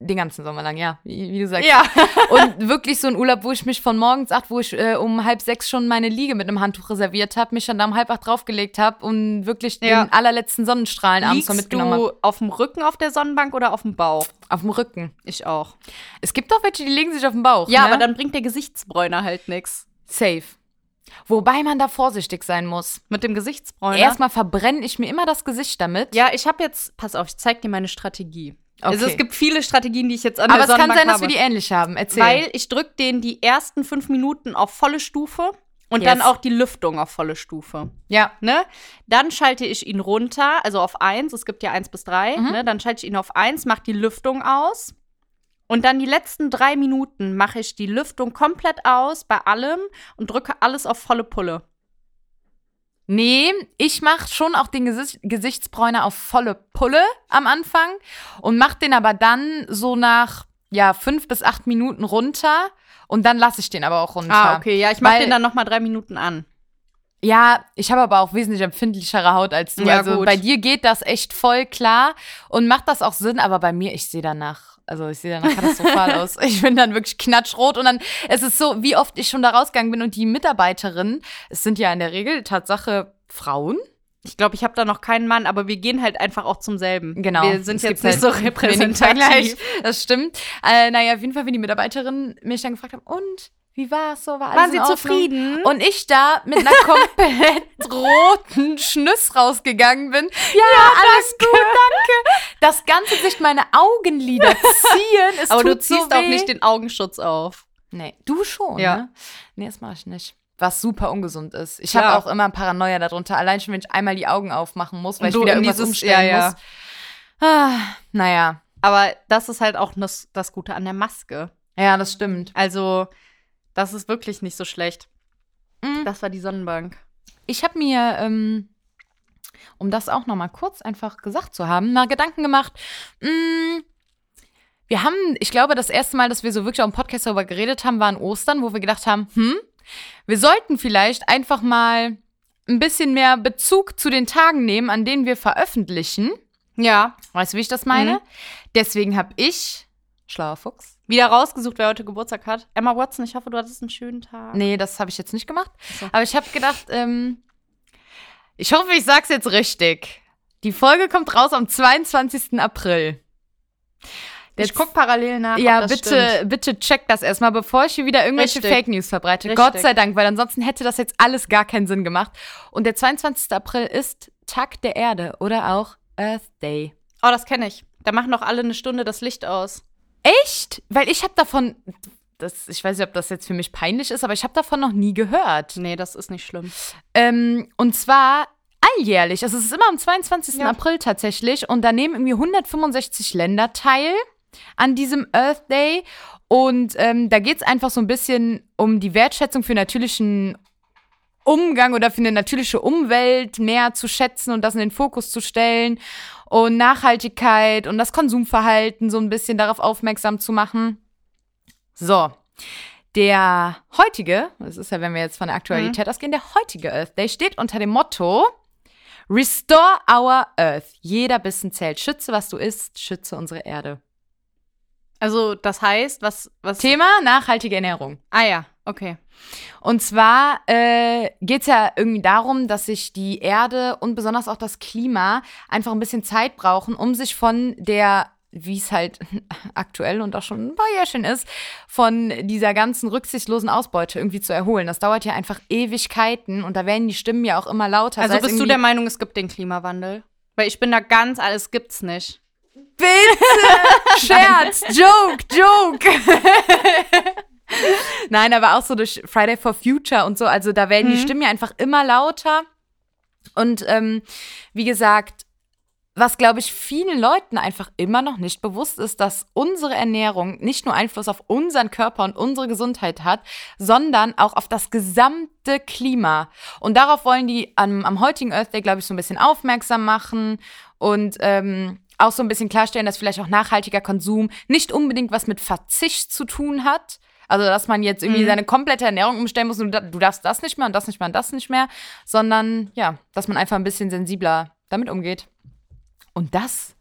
[SPEAKER 2] den ganzen Sommer lang, ja, wie, wie du sagst.
[SPEAKER 1] Ja.
[SPEAKER 2] Und wirklich so ein Urlaub, wo ich mich von morgens acht, wo ich äh, um halb sechs schon meine Liege mit einem Handtuch reserviert habe, mich dann da um halb acht draufgelegt habe und wirklich
[SPEAKER 1] Ja.
[SPEAKER 2] den allerletzten Sonnenstrahlen abends noch
[SPEAKER 1] Liegst
[SPEAKER 2] mitgenommen habe.
[SPEAKER 1] du auf dem Rücken auf der Sonnenbank oder auf dem Bauch?
[SPEAKER 2] Auf dem Rücken.
[SPEAKER 1] Ich auch.
[SPEAKER 2] Es gibt doch welche, die legen sich auf den Bauch.
[SPEAKER 1] Ja,
[SPEAKER 2] ne?
[SPEAKER 1] aber dann bringt der Gesichtsbräuner halt nichts.
[SPEAKER 2] Safe. Wobei man da vorsichtig sein muss.
[SPEAKER 1] Mit dem Gesichtsbräuner.
[SPEAKER 2] Erstmal verbrenne ich mir immer das Gesicht damit.
[SPEAKER 1] ja, ich habe jetzt, pass auf, ich zeig dir meine Strategie. Also
[SPEAKER 2] Okay.
[SPEAKER 1] es gibt viele Strategien, die ich jetzt an
[SPEAKER 2] Aber
[SPEAKER 1] der
[SPEAKER 2] es kann
[SPEAKER 1] Sonnenbank
[SPEAKER 2] sein, dass
[SPEAKER 1] habe.
[SPEAKER 2] wir die ähnlich haben. Erzähl.
[SPEAKER 1] weil ich drück den die ersten fünf Minuten auf volle Stufe und
[SPEAKER 2] Yes.
[SPEAKER 1] dann auch die Lüftung auf volle Stufe.
[SPEAKER 2] ja.
[SPEAKER 1] ne? Dann schalte ich ihn runter, also auf 1, es gibt ja 1 bis 3,
[SPEAKER 2] Mhm.
[SPEAKER 1] ne? Dann schalte ich ihn auf 1, mache die Lüftung aus. Und dann die letzten drei Minuten mache ich die Lüftung komplett aus bei allem und drücke alles auf volle Pulle.
[SPEAKER 2] Nee, ich mache schon auch den Gesicht Gesichtsbräuner auf volle Pulle am Anfang und mache den aber dann so nach ja, fünf bis acht Minuten runter und dann lasse ich den aber auch runter.
[SPEAKER 1] Ah, ja, ich
[SPEAKER 2] mach
[SPEAKER 1] mache
[SPEAKER 2] den
[SPEAKER 1] den dann nochmal drei Minuten an.
[SPEAKER 2] Ja, ich habe aber auch wesentlich empfindlichere Haut als du.
[SPEAKER 1] Ja,
[SPEAKER 2] also
[SPEAKER 1] gut.
[SPEAKER 2] bei dir geht das echt voll klar und macht das auch Sinn, aber bei mir, ich sehe danach, also ich sehe danach katastrophal aus. Ich bin dann wirklich knatschrot und dann, es ist so, wie oft ich schon da rausgegangen bin und die Mitarbeiterinnen, es sind ja in der Regel Tatsache Frauen.
[SPEAKER 1] Ich glaube, ich habe da noch keinen Mann, aber wir gehen halt einfach auch zum selben.
[SPEAKER 2] Genau.
[SPEAKER 1] Wir sind
[SPEAKER 2] Es
[SPEAKER 1] jetzt
[SPEAKER 2] gibt
[SPEAKER 1] nicht so
[SPEAKER 2] halt wenig Vergleich.
[SPEAKER 1] repräsentativ.
[SPEAKER 2] Das stimmt. Äh, naja, auf jeden Fall, wenn die Mitarbeiterinnen mich dann gefragt haben, und wie war's so? War alles
[SPEAKER 1] Waren
[SPEAKER 2] in
[SPEAKER 1] Sie
[SPEAKER 2] Ordnung?
[SPEAKER 1] zufrieden?
[SPEAKER 2] Und ich da mit einer komplett roten Schnüss rausgegangen bin. Ja, alles gut, danke. Das ganze Gesicht, meine Augenlider ziehen. Es
[SPEAKER 1] aber
[SPEAKER 2] tut
[SPEAKER 1] du ziehst
[SPEAKER 2] so
[SPEAKER 1] auch
[SPEAKER 2] weh.
[SPEAKER 1] nicht den Augenschutz auf.
[SPEAKER 2] Nee, du schon.
[SPEAKER 1] Ja.
[SPEAKER 2] Ne? Nee, das mache ich nicht. Was super ungesund ist. Ich
[SPEAKER 1] Ja.
[SPEAKER 2] habe auch immer Paranoia darunter. Allein schon, wenn ich einmal die Augen aufmachen muss, weil
[SPEAKER 1] Und du
[SPEAKER 2] ich wieder
[SPEAKER 1] in
[SPEAKER 2] irgendwas
[SPEAKER 1] dieses-
[SPEAKER 2] umstellen
[SPEAKER 1] ja, ja.
[SPEAKER 2] muss. Ah, naja,
[SPEAKER 1] Aber das ist halt auch das, das Gute an der Maske.
[SPEAKER 2] ja, das stimmt.
[SPEAKER 1] Also, das ist wirklich nicht so schlecht.
[SPEAKER 2] Mm.
[SPEAKER 1] Das war die Sonnenbank.
[SPEAKER 2] Ich habe mir, ähm, um das auch noch mal kurz einfach gesagt zu haben, mal Gedanken gemacht. Mm, wir haben, ich glaube, das erste Mal, dass wir so wirklich auch im Podcast darüber geredet haben, war an Ostern, wo wir gedacht haben, hm, wir sollten vielleicht einfach mal ein bisschen mehr Bezug zu den Tagen nehmen, an denen wir veröffentlichen.
[SPEAKER 1] Ja.
[SPEAKER 2] Weißt du, wie ich das meine?
[SPEAKER 1] Mhm.
[SPEAKER 2] Deswegen habe ich, schlauer Fuchs,
[SPEAKER 1] Wieder rausgesucht, wer heute Geburtstag hat. Emma Watson, ich hoffe, du hattest einen schönen Tag.
[SPEAKER 2] Nee, das habe ich jetzt nicht gemacht.
[SPEAKER 1] so.
[SPEAKER 2] Aber ich habe gedacht, ähm, ich hoffe, ich sag's jetzt richtig. Die Folge kommt raus am 22. April. Der
[SPEAKER 1] ich guck parallel nach.
[SPEAKER 2] ja,
[SPEAKER 1] ob das
[SPEAKER 2] bitte,
[SPEAKER 1] stimmt.
[SPEAKER 2] bitte check das erstmal, bevor ich hier wieder irgendwelche
[SPEAKER 1] Richtig.
[SPEAKER 2] Fake News verbreite.
[SPEAKER 1] Richtig.
[SPEAKER 2] Gott sei Dank, weil ansonsten hätte das jetzt alles gar keinen Sinn gemacht. Und der 22. April ist Tag der Erde oder auch Earth Day.
[SPEAKER 1] Oh, das kenne ich. Da machen doch alle eine Stunde das Licht aus.
[SPEAKER 2] Echt? Weil ich habe davon, das, ich weiß nicht, ob das jetzt für mich peinlich ist, aber ich habe davon noch nie gehört.
[SPEAKER 1] Nee, das ist nicht schlimm.
[SPEAKER 2] Ähm, und zwar alljährlich. Also es ist immer am 22.
[SPEAKER 1] Ja.
[SPEAKER 2] April tatsächlich. Und da nehmen irgendwie 165 Länder teil an diesem Earth Day. Und ähm, da geht es einfach so ein bisschen um die Wertschätzung für natürlichen Umgang oder für eine natürliche Umwelt mehr zu schätzen und das in den Fokus zu stellen. Und Nachhaltigkeit und das Konsumverhalten so ein bisschen darauf aufmerksam zu machen. So, der heutige, das ist ja, wenn wir jetzt von der Aktualität ausgehen, der heutige Earth Day steht unter dem Motto Restore our Earth. Jeder Bissen zählt. Schütze, was du isst, schütze unsere Erde.
[SPEAKER 1] Also, das heißt, was. was
[SPEAKER 2] Thema nachhaltige Ernährung.
[SPEAKER 1] ah ja, okay.
[SPEAKER 2] Und zwar äh, geht es ja irgendwie darum, dass sich die Erde und besonders auch das Klima einfach ein bisschen Zeit brauchen, um sich von der wie es halt aktuell und auch schon ein paar Jährchen ist, von dieser ganzen rücksichtslosen Ausbeute irgendwie zu erholen. Das dauert ja einfach Ewigkeiten und da werden die Stimmen ja auch immer lauter.
[SPEAKER 1] Also
[SPEAKER 2] sei es
[SPEAKER 1] bist du
[SPEAKER 2] irgendwie-
[SPEAKER 1] der Meinung, es gibt den Klimawandel? Weil ich bin da ganz, alles gibt's nicht.
[SPEAKER 2] Bitte! Scherz! Joke! Joke! Nein, aber auch so durch Friday for Future und so. Also da werden die Stimmen ja einfach immer lauter. Und ähm, wie gesagt, was, glaube ich, vielen Leuten einfach immer noch nicht bewusst ist, dass unsere Ernährung nicht nur Einfluss auf unseren Körper und unsere Gesundheit hat, sondern auch auf das gesamte Klima. Und darauf wollen die am, am heutigen Earth Day, glaube ich, so ein bisschen aufmerksam machen und ähm, auch so ein bisschen klarstellen, dass vielleicht auch nachhaltiger Konsum nicht unbedingt was mit Verzicht zu tun hat. Also, dass man jetzt irgendwie seine komplette Ernährung umstellen muss und du, du darfst das nicht mehr und das nicht mehr und das nicht mehr, sondern ja, dass man einfach ein bisschen sensibler damit umgeht. Und das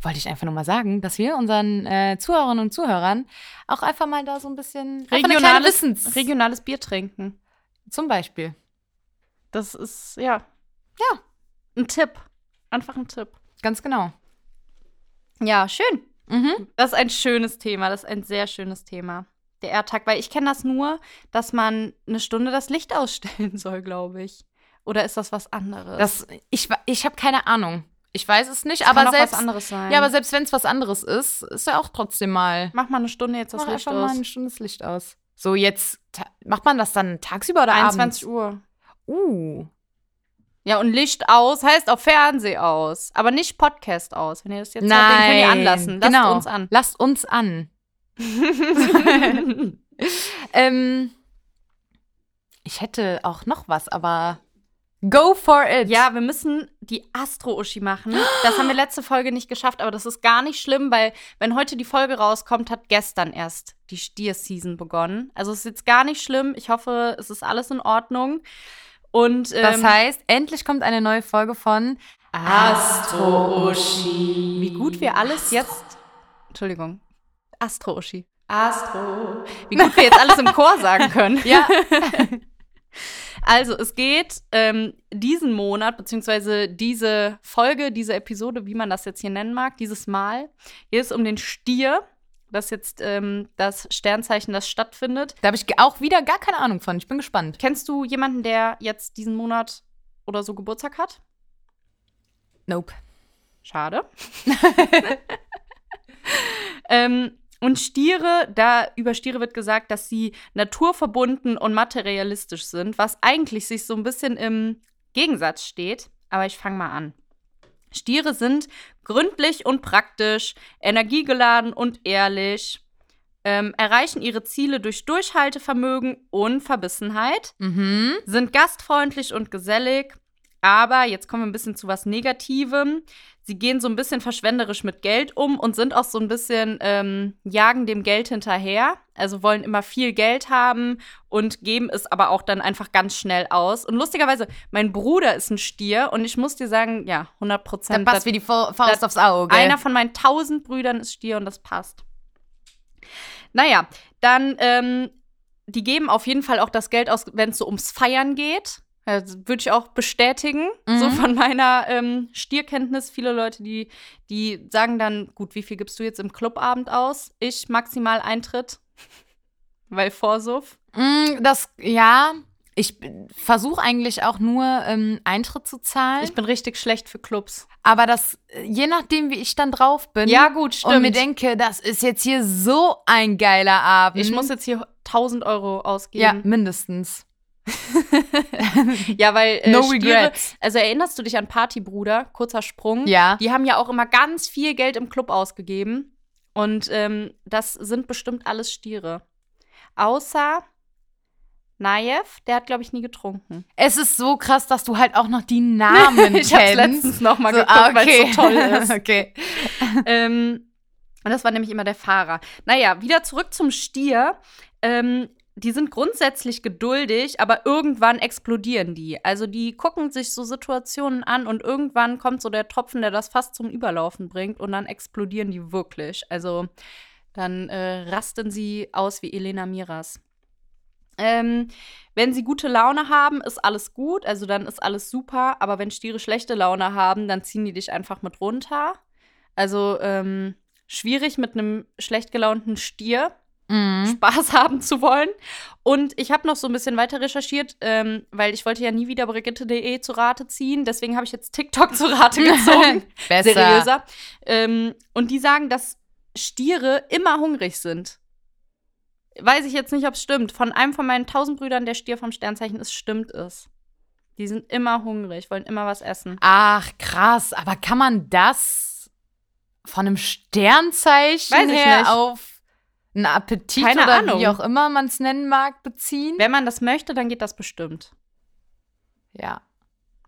[SPEAKER 2] wollte ich einfach nur mal sagen, dass wir unseren äh, Zuhörerinnen und Zuhörern auch einfach mal da so ein bisschen einfach eine kleine Wissens
[SPEAKER 1] regionales Bier trinken.
[SPEAKER 2] zum Beispiel.
[SPEAKER 1] Das ist, ja.
[SPEAKER 2] Ja.
[SPEAKER 1] Ein Tipp. Einfach ein Tipp.
[SPEAKER 2] Ganz genau.
[SPEAKER 1] Ja, schön.
[SPEAKER 2] Mhm.
[SPEAKER 1] Das ist ein schönes Thema. Das ist ein sehr schönes Thema. Der Erdtag, weil ich kenne das nur, dass man eine Stunde das Licht ausstellen soll, glaube ich. Oder ist das was anderes?
[SPEAKER 2] Das, ich wa- ich habe keine Ahnung. Ich weiß es nicht,
[SPEAKER 1] kann
[SPEAKER 2] aber
[SPEAKER 1] auch
[SPEAKER 2] selbst
[SPEAKER 1] was anderes sein.
[SPEAKER 2] ja, aber selbst wenn es was anderes ist, ist ja auch trotzdem mal
[SPEAKER 1] mach mal eine Stunde jetzt das
[SPEAKER 2] mach
[SPEAKER 1] Licht
[SPEAKER 2] einfach mal
[SPEAKER 1] aus.
[SPEAKER 2] ein Stundes Licht aus. So jetzt ta- macht man das dann tagsüber oder
[SPEAKER 1] 21
[SPEAKER 2] abends?
[SPEAKER 1] Uhr.
[SPEAKER 2] Uh.
[SPEAKER 1] Ja, und Licht aus heißt auf Fernseh aus, aber nicht Podcast aus. Wenn ihr das jetzt habt, dann könnt ihr anlassen. Lasst
[SPEAKER 2] genau.
[SPEAKER 1] uns an.
[SPEAKER 2] Lasst uns an. Ähm, ich hätte auch noch was, aber go for it.
[SPEAKER 1] Ja, wir müssen die Astro-Uschi machen. Das haben wir letzte Folge nicht geschafft, aber das ist gar nicht schlimm, weil wenn heute die Folge rauskommt, hat gestern erst die Stier-Season begonnen. Also es ist jetzt gar nicht schlimm. Ich hoffe, es ist alles in Ordnung. Und ähm,
[SPEAKER 2] Das heißt, endlich kommt eine neue Folge von
[SPEAKER 1] wie gut wir alles jetzt. Entschuldigung. Astro-Uschi. Astro. Wie gut wir jetzt alles im Chor sagen können.
[SPEAKER 2] Ja.
[SPEAKER 1] Also, es geht ähm, diesen Monat, beziehungsweise diese Folge, diese Episode, wie man das jetzt hier nennen mag, dieses Mal, hier ist um den Stier. Das ist jetzt ähm, das Sternzeichen, das stattfindet.
[SPEAKER 2] Da habe ich ge- auch wieder gar keine Ahnung von. Ich bin gespannt.
[SPEAKER 1] Kennst du jemanden, der jetzt diesen Monat oder so Geburtstag hat?
[SPEAKER 2] Nope.
[SPEAKER 1] Schade. ähm, und Stiere, da über Stiere wird gesagt, dass sie naturverbunden und materialistisch sind, was eigentlich sich so ein bisschen im Gegensatz steht. Aber ich fange mal an. Stiere sind gründlich und praktisch, energiegeladen und ehrlich, ähm, erreichen ihre Ziele durch Durchhaltevermögen und Verbissenheit
[SPEAKER 2] Mhm.
[SPEAKER 1] sind gastfreundlich und gesellig, aber jetzt kommen wir ein bisschen zu was Negativem. Sie gehen so ein bisschen verschwenderisch mit Geld um und sind auch so ein bisschen ähm, jagen dem Geld hinterher. Also wollen immer viel Geld haben und geben es aber auch dann einfach ganz schnell aus. Und lustigerweise, mein Bruder ist ein Stier und ich muss dir sagen, ja, 100
[SPEAKER 2] Da
[SPEAKER 1] Prozent.
[SPEAKER 2] passt wie die Fa- Faust
[SPEAKER 1] da-
[SPEAKER 2] aufs Auge.
[SPEAKER 1] Einer von meinen tausend Brüdern ist Stier und das passt. Naja, dann, ähm, die geben auf jeden Fall auch das Geld aus, wenn es so ums Feiern geht. Ja, Das würde ich auch bestätigen,
[SPEAKER 2] Mhm.
[SPEAKER 1] so von meiner ähm, Stierkenntnis. Viele Leute, die, die sagen dann, gut, wie viel gibst du jetzt im Clubabend aus? Ich maximal Eintritt, weil Vorsuff.
[SPEAKER 2] Mm, das, ja, ich versuche eigentlich auch nur ähm, Eintritt zu zahlen.
[SPEAKER 1] Ich bin richtig schlecht für Clubs.
[SPEAKER 2] aber das, äh, je nachdem, wie ich dann drauf bin.
[SPEAKER 1] Ja, gut, stimmt.
[SPEAKER 2] Und mir denke, das ist jetzt hier so ein geiler Abend.
[SPEAKER 1] ich muss jetzt hier 1000 Euro
[SPEAKER 2] Mhm. Ja,
[SPEAKER 1] ausgeben.
[SPEAKER 2] mindestens.
[SPEAKER 1] Ja, weil äh,
[SPEAKER 2] No
[SPEAKER 1] Stiere,
[SPEAKER 2] regrets.
[SPEAKER 1] Also erinnerst du dich an Partybruder, kurzer Sprung?
[SPEAKER 2] Ja.
[SPEAKER 1] Die haben ja auch immer ganz viel Geld im Club ausgegeben. Und ähm, das sind bestimmt alles Stiere. Außer Naev, der hat, glaube ich, nie getrunken.
[SPEAKER 2] Es ist so krass, dass du halt auch noch die Namen
[SPEAKER 1] ich hab's
[SPEAKER 2] kennst.
[SPEAKER 1] letztens nochmal geguckt,
[SPEAKER 2] ah,
[SPEAKER 1] weil es so toll ist.
[SPEAKER 2] okay.
[SPEAKER 1] ähm, und das war nämlich immer der Fahrer. Naja, wieder zurück zum Stier. Ähm, die sind grundsätzlich geduldig, aber irgendwann explodieren die. Also die gucken sich so Situationen an und irgendwann kommt so der Tropfen, der das fast zum Überlaufen bringt und dann explodieren die wirklich. Also dann äh, rasten sie aus wie Elena Miras. Ähm, wenn sie gute Laune haben, ist alles gut, also dann ist alles super. Aber wenn Stiere schlechte Laune haben, dann ziehen die dich einfach mit runter. Also ähm, schwierig mit einem schlecht gelaunten Stier
[SPEAKER 2] Mhm.
[SPEAKER 1] Spaß haben zu wollen. Und ich habe noch so ein bisschen weiter recherchiert, ähm, weil ich wollte ja nie wieder Brigitte.de zu Rate ziehen. Deswegen habe ich jetzt TikTok zu Rate gezogen.
[SPEAKER 2] Besser.
[SPEAKER 1] Seriöser. Ähm, und die sagen, dass Stiere immer hungrig sind. Weiß ich jetzt nicht, ob es stimmt. Von einem von meinen tausend Brüdern, der Stier vom Sternzeichen ist, stimmt es. Die sind immer hungrig, wollen immer was essen.
[SPEAKER 2] Ach, krass. Aber kann man das von einem Sternzeichen
[SPEAKER 1] Weiß ich
[SPEAKER 2] her
[SPEAKER 1] nicht.
[SPEAKER 2] auf einen Appetit
[SPEAKER 1] Keine
[SPEAKER 2] oder
[SPEAKER 1] Ahnung.
[SPEAKER 2] wie auch immer man es nennen mag beziehen?
[SPEAKER 1] Wenn man das möchte, dann geht das bestimmt.
[SPEAKER 2] Ja.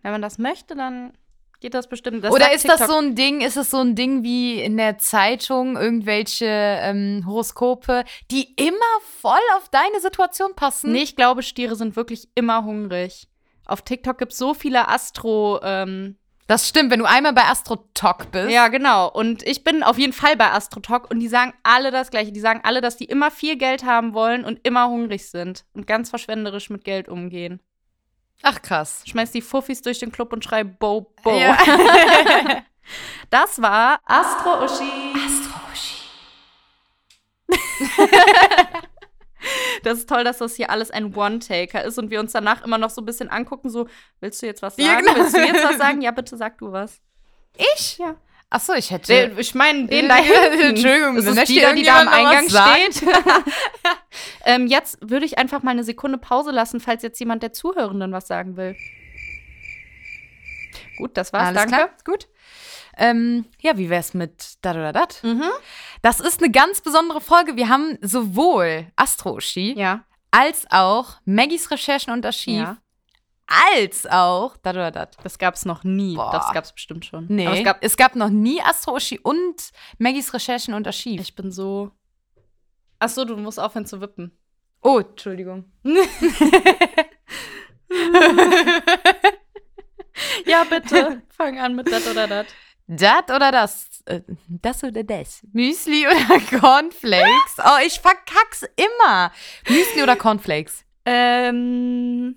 [SPEAKER 1] Wenn man das möchte, dann geht das bestimmt. Das
[SPEAKER 2] Oder
[SPEAKER 1] sagt
[SPEAKER 2] ist das
[SPEAKER 1] TikTok.
[SPEAKER 2] so ein Ding, ist es so ein Ding wie in der Zeitung, irgendwelche ähm, Horoskope, die immer voll auf deine Situation passen?
[SPEAKER 1] Nee, ich glaube, Stiere sind wirklich immer hungrig. Auf TikTok gibt es so viele Astro. Ähm,
[SPEAKER 2] Das stimmt, wenn du einmal bei Astrotalk bist.
[SPEAKER 1] ja, genau. Und ich bin auf jeden Fall bei Astrotalk und die sagen alle das Gleiche. Die sagen alle, dass die immer viel Geld haben wollen und immer hungrig sind und ganz verschwenderisch mit Geld umgehen.
[SPEAKER 2] Ach krass.
[SPEAKER 1] Schmeiß die Fuffis durch den Club und schrei Bo Bo.
[SPEAKER 2] Ja.
[SPEAKER 1] das war Astro Uschi. Das ist toll, dass das hier alles ein One-Taker ist und wir uns danach immer noch so ein bisschen angucken, so, willst du jetzt was sagen?
[SPEAKER 2] Ja, genau.
[SPEAKER 1] Willst du jetzt was sagen? Ja, bitte sag du was.
[SPEAKER 2] Ich?
[SPEAKER 1] Ja.
[SPEAKER 2] Ach so, ich hätte.
[SPEAKER 1] Den, ich meine, den da
[SPEAKER 2] Ja,
[SPEAKER 1] hinten.
[SPEAKER 2] Entschuldigung,
[SPEAKER 1] das
[SPEAKER 2] wenn
[SPEAKER 1] ist
[SPEAKER 2] da
[SPEAKER 1] die, da, die da am Eingang
[SPEAKER 2] irgendjemand noch was
[SPEAKER 1] steht. ähm, jetzt würde ich einfach mal eine Sekunde Pause lassen, falls jetzt jemand der Zuhörenden was sagen will. Gut, das war's,
[SPEAKER 2] Alles
[SPEAKER 1] danke.
[SPEAKER 2] klar, gut. Ähm, ja, wie wär's mit dat oder dat?
[SPEAKER 1] Mhm.
[SPEAKER 2] Das ist eine ganz besondere Folge. Wir haben sowohl Astro-Uschi
[SPEAKER 1] Ja.
[SPEAKER 2] als auch Maggies Recherchen und Archiv
[SPEAKER 1] ja.
[SPEAKER 2] als auch dat oder dat.
[SPEAKER 1] Das gab's noch nie.
[SPEAKER 2] Boah.
[SPEAKER 1] Das gab's bestimmt schon.
[SPEAKER 2] Nee,
[SPEAKER 1] Aber es gab,
[SPEAKER 2] noch nie Astro-Uschi und Maggies Recherchen und Archiv.
[SPEAKER 1] ich bin so. Ach so, du musst aufhören zu wippen.
[SPEAKER 2] oh, Entschuldigung.
[SPEAKER 1] Ja, bitte. Fang an mit dat oder dat.
[SPEAKER 2] Dat oder das? Äh, Das oder das? Müsli oder Cornflakes? Oh, ich verkack's immer. Müsli oder Cornflakes?
[SPEAKER 1] Ähm,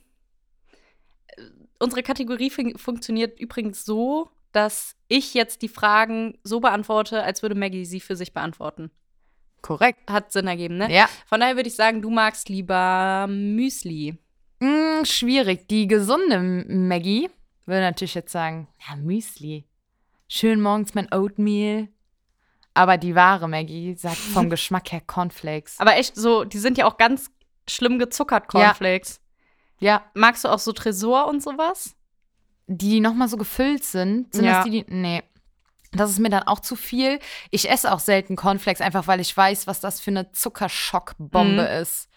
[SPEAKER 1] unsere Kategorie fun funktioniert übrigens so, dass ich jetzt die Fragen so beantworte, als würde Maggie sie für sich beantworten.
[SPEAKER 2] Korrekt.
[SPEAKER 1] Hat Sinn ergeben, ne?
[SPEAKER 2] Ja.
[SPEAKER 1] Von daher würde ich sagen, du magst lieber Müsli.
[SPEAKER 2] Mm, schwierig. Die gesunde M- Maggie würde natürlich jetzt sagen, ja, Müsli. Schön morgens mein Oatmeal. Aber die wahre Maggie sagt vom Geschmack her Cornflakes.
[SPEAKER 1] Aber echt so, die sind ja auch ganz schlimm gezuckert, Cornflakes.
[SPEAKER 2] Ja,
[SPEAKER 1] Magst du auch so Tresor und sowas?
[SPEAKER 2] die, die nochmal so gefüllt sind, sind
[SPEAKER 1] Ja.
[SPEAKER 2] das die, die. Nee. Das ist mir dann auch zu viel. Ich esse auch selten Cornflakes, einfach weil ich weiß, was das für eine Zuckerschockbombe ist.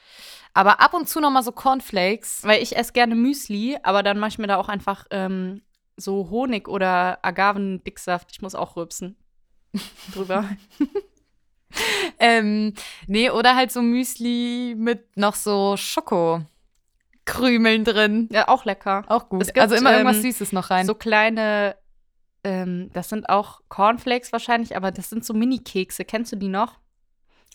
[SPEAKER 2] Aber ab und zu nochmal so Cornflakes.
[SPEAKER 1] Weil ich esse gerne Müsli, aber dann mache ich mir da auch einfach ähm, so Honig oder Agavendicksaft. Ich muss auch rülpsen. Drüber.
[SPEAKER 2] Ähm, nee, oder halt so Müsli mit noch so Schokokrümeln drin.
[SPEAKER 1] ja, auch lecker.
[SPEAKER 2] Auch gut.
[SPEAKER 1] Es gibt,
[SPEAKER 2] also immer irgendwas
[SPEAKER 1] ähm,
[SPEAKER 2] Süßes noch rein.
[SPEAKER 1] So kleine, ähm, das sind auch Cornflakes wahrscheinlich, aber das sind so Mini-Kekse. Kennst du die noch?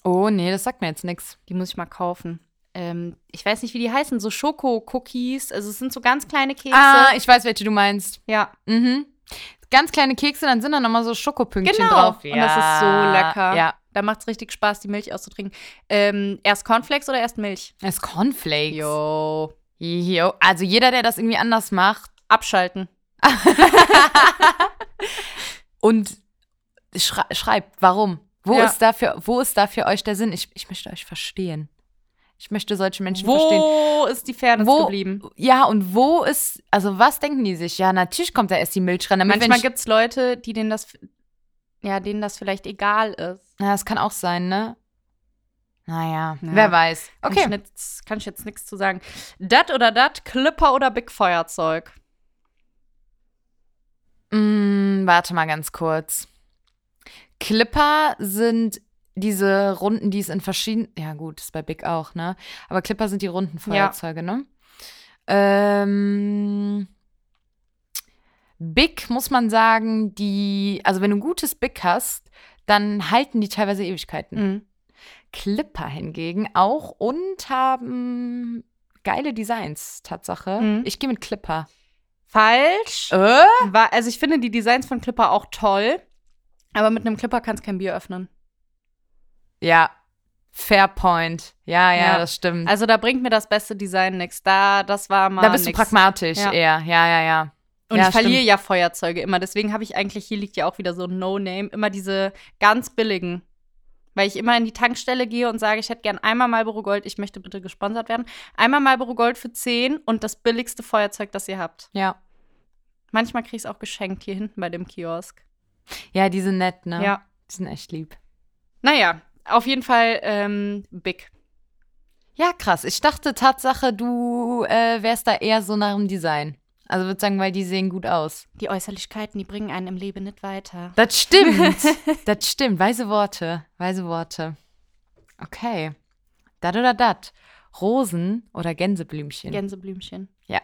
[SPEAKER 2] oh, nee, das sagt mir jetzt nichts.
[SPEAKER 1] Die muss ich mal kaufen. Ähm, ich weiß nicht, wie die heißen. So Schoko-Cookies. Also es sind so ganz kleine Kekse.
[SPEAKER 2] Ah, ich weiß, welche du meinst.
[SPEAKER 1] Ja,
[SPEAKER 2] Mhm. Ganz kleine Kekse, dann sind da nochmal so Schokopünktchen
[SPEAKER 1] Genau.
[SPEAKER 2] drauf.
[SPEAKER 1] Und das ist so lecker.
[SPEAKER 2] Ja.
[SPEAKER 1] da macht es richtig Spaß, die Milch auszutrinken. Ähm, erst Cornflakes oder erst Milch?
[SPEAKER 2] Das ist Cornflakes.
[SPEAKER 1] Jo.
[SPEAKER 2] Jo. Also jeder, der das irgendwie anders macht
[SPEAKER 1] Abschalten.
[SPEAKER 2] und schra- schreibt, warum? Wo,
[SPEAKER 1] Ja.
[SPEAKER 2] ist da für, wo ist da für euch der Sinn? Ich, ich möchte euch verstehen. Ich möchte solche Menschen verstehen.
[SPEAKER 1] Wo ist die Fairness
[SPEAKER 2] Wo-
[SPEAKER 1] geblieben?
[SPEAKER 2] Ja, und wo ist, also was denken die sich? Ja, natürlich kommt da erst die Milch rein. Damit wenn
[SPEAKER 1] Manchmal
[SPEAKER 2] ich-
[SPEAKER 1] gibt es Leute, die denen das, ja, denen das vielleicht egal ist.
[SPEAKER 2] Ja, das kann auch sein, ne? Naja,
[SPEAKER 1] Ja.
[SPEAKER 2] wer weiß.
[SPEAKER 1] Kann ich, jetzt- kann ich jetzt nichts zu sagen. Dat oder dat, Clipper oder Big Feuerzeug?
[SPEAKER 2] Mm, warte mal ganz kurz. Clipper sind diese Runden, die es in verschiedenen, ja gut, ist bei Big auch, ne? Aber Clipper sind die runden Feuerzeuge, ne? Ähm, Big muss man sagen, die, also wenn du ein gutes Big hast, dann halten die teilweise Ewigkeiten.
[SPEAKER 1] Mhm.
[SPEAKER 2] Clipper hingegen auch und haben geile Designs, Tatsache.
[SPEAKER 1] Mhm.
[SPEAKER 2] Ich gehe mit Clipper.
[SPEAKER 1] Falsch.
[SPEAKER 2] Äh?
[SPEAKER 1] War, also ich finde die Designs von Clipper auch toll, aber mit einem Clipper kannst kein Bier öffnen.
[SPEAKER 2] Ja, fair point. Ja, ja,
[SPEAKER 1] Ja.
[SPEAKER 2] das stimmt.
[SPEAKER 1] Also da bringt mir das beste Design nichts. Da, das war mal
[SPEAKER 2] da bist
[SPEAKER 1] nix.
[SPEAKER 2] du pragmatisch
[SPEAKER 1] Ja.
[SPEAKER 2] eher. Ja, ja, ja.
[SPEAKER 1] Und
[SPEAKER 2] Ja,
[SPEAKER 1] ich verliere
[SPEAKER 2] stimmt.
[SPEAKER 1] ja Feuerzeuge immer. Deswegen habe ich eigentlich, hier liegt ja auch wieder so ein No-Name, immer diese ganz billigen. Weil ich immer in die Tankstelle gehe und sage, ich hätte gern einmal Marlboro Gold, ich möchte bitte gesponsert werden. Einmal Marlboro Gold für 10 und das billigste Feuerzeug, das ihr habt.
[SPEAKER 2] Ja.
[SPEAKER 1] Manchmal kriege ich es auch geschenkt hier hinten bei dem Kiosk.
[SPEAKER 2] Ja, die sind nett, ne?
[SPEAKER 1] Ja.
[SPEAKER 2] Die sind echt lieb.
[SPEAKER 1] Naja, auf jeden Fall ähm, big.
[SPEAKER 2] Ja, krass. Ich dachte Tatsache, du äh, wärst da eher so nach dem Design. Also würde sagen, weil die sehen gut aus.
[SPEAKER 1] Die Äußerlichkeiten, die bringen einen im Leben nicht weiter.
[SPEAKER 2] Das stimmt. das stimmt. Weise Worte. Weise Worte. Okay. Dat oder dat. Rosen oder Gänseblümchen.
[SPEAKER 1] Gänseblümchen.
[SPEAKER 2] Ja.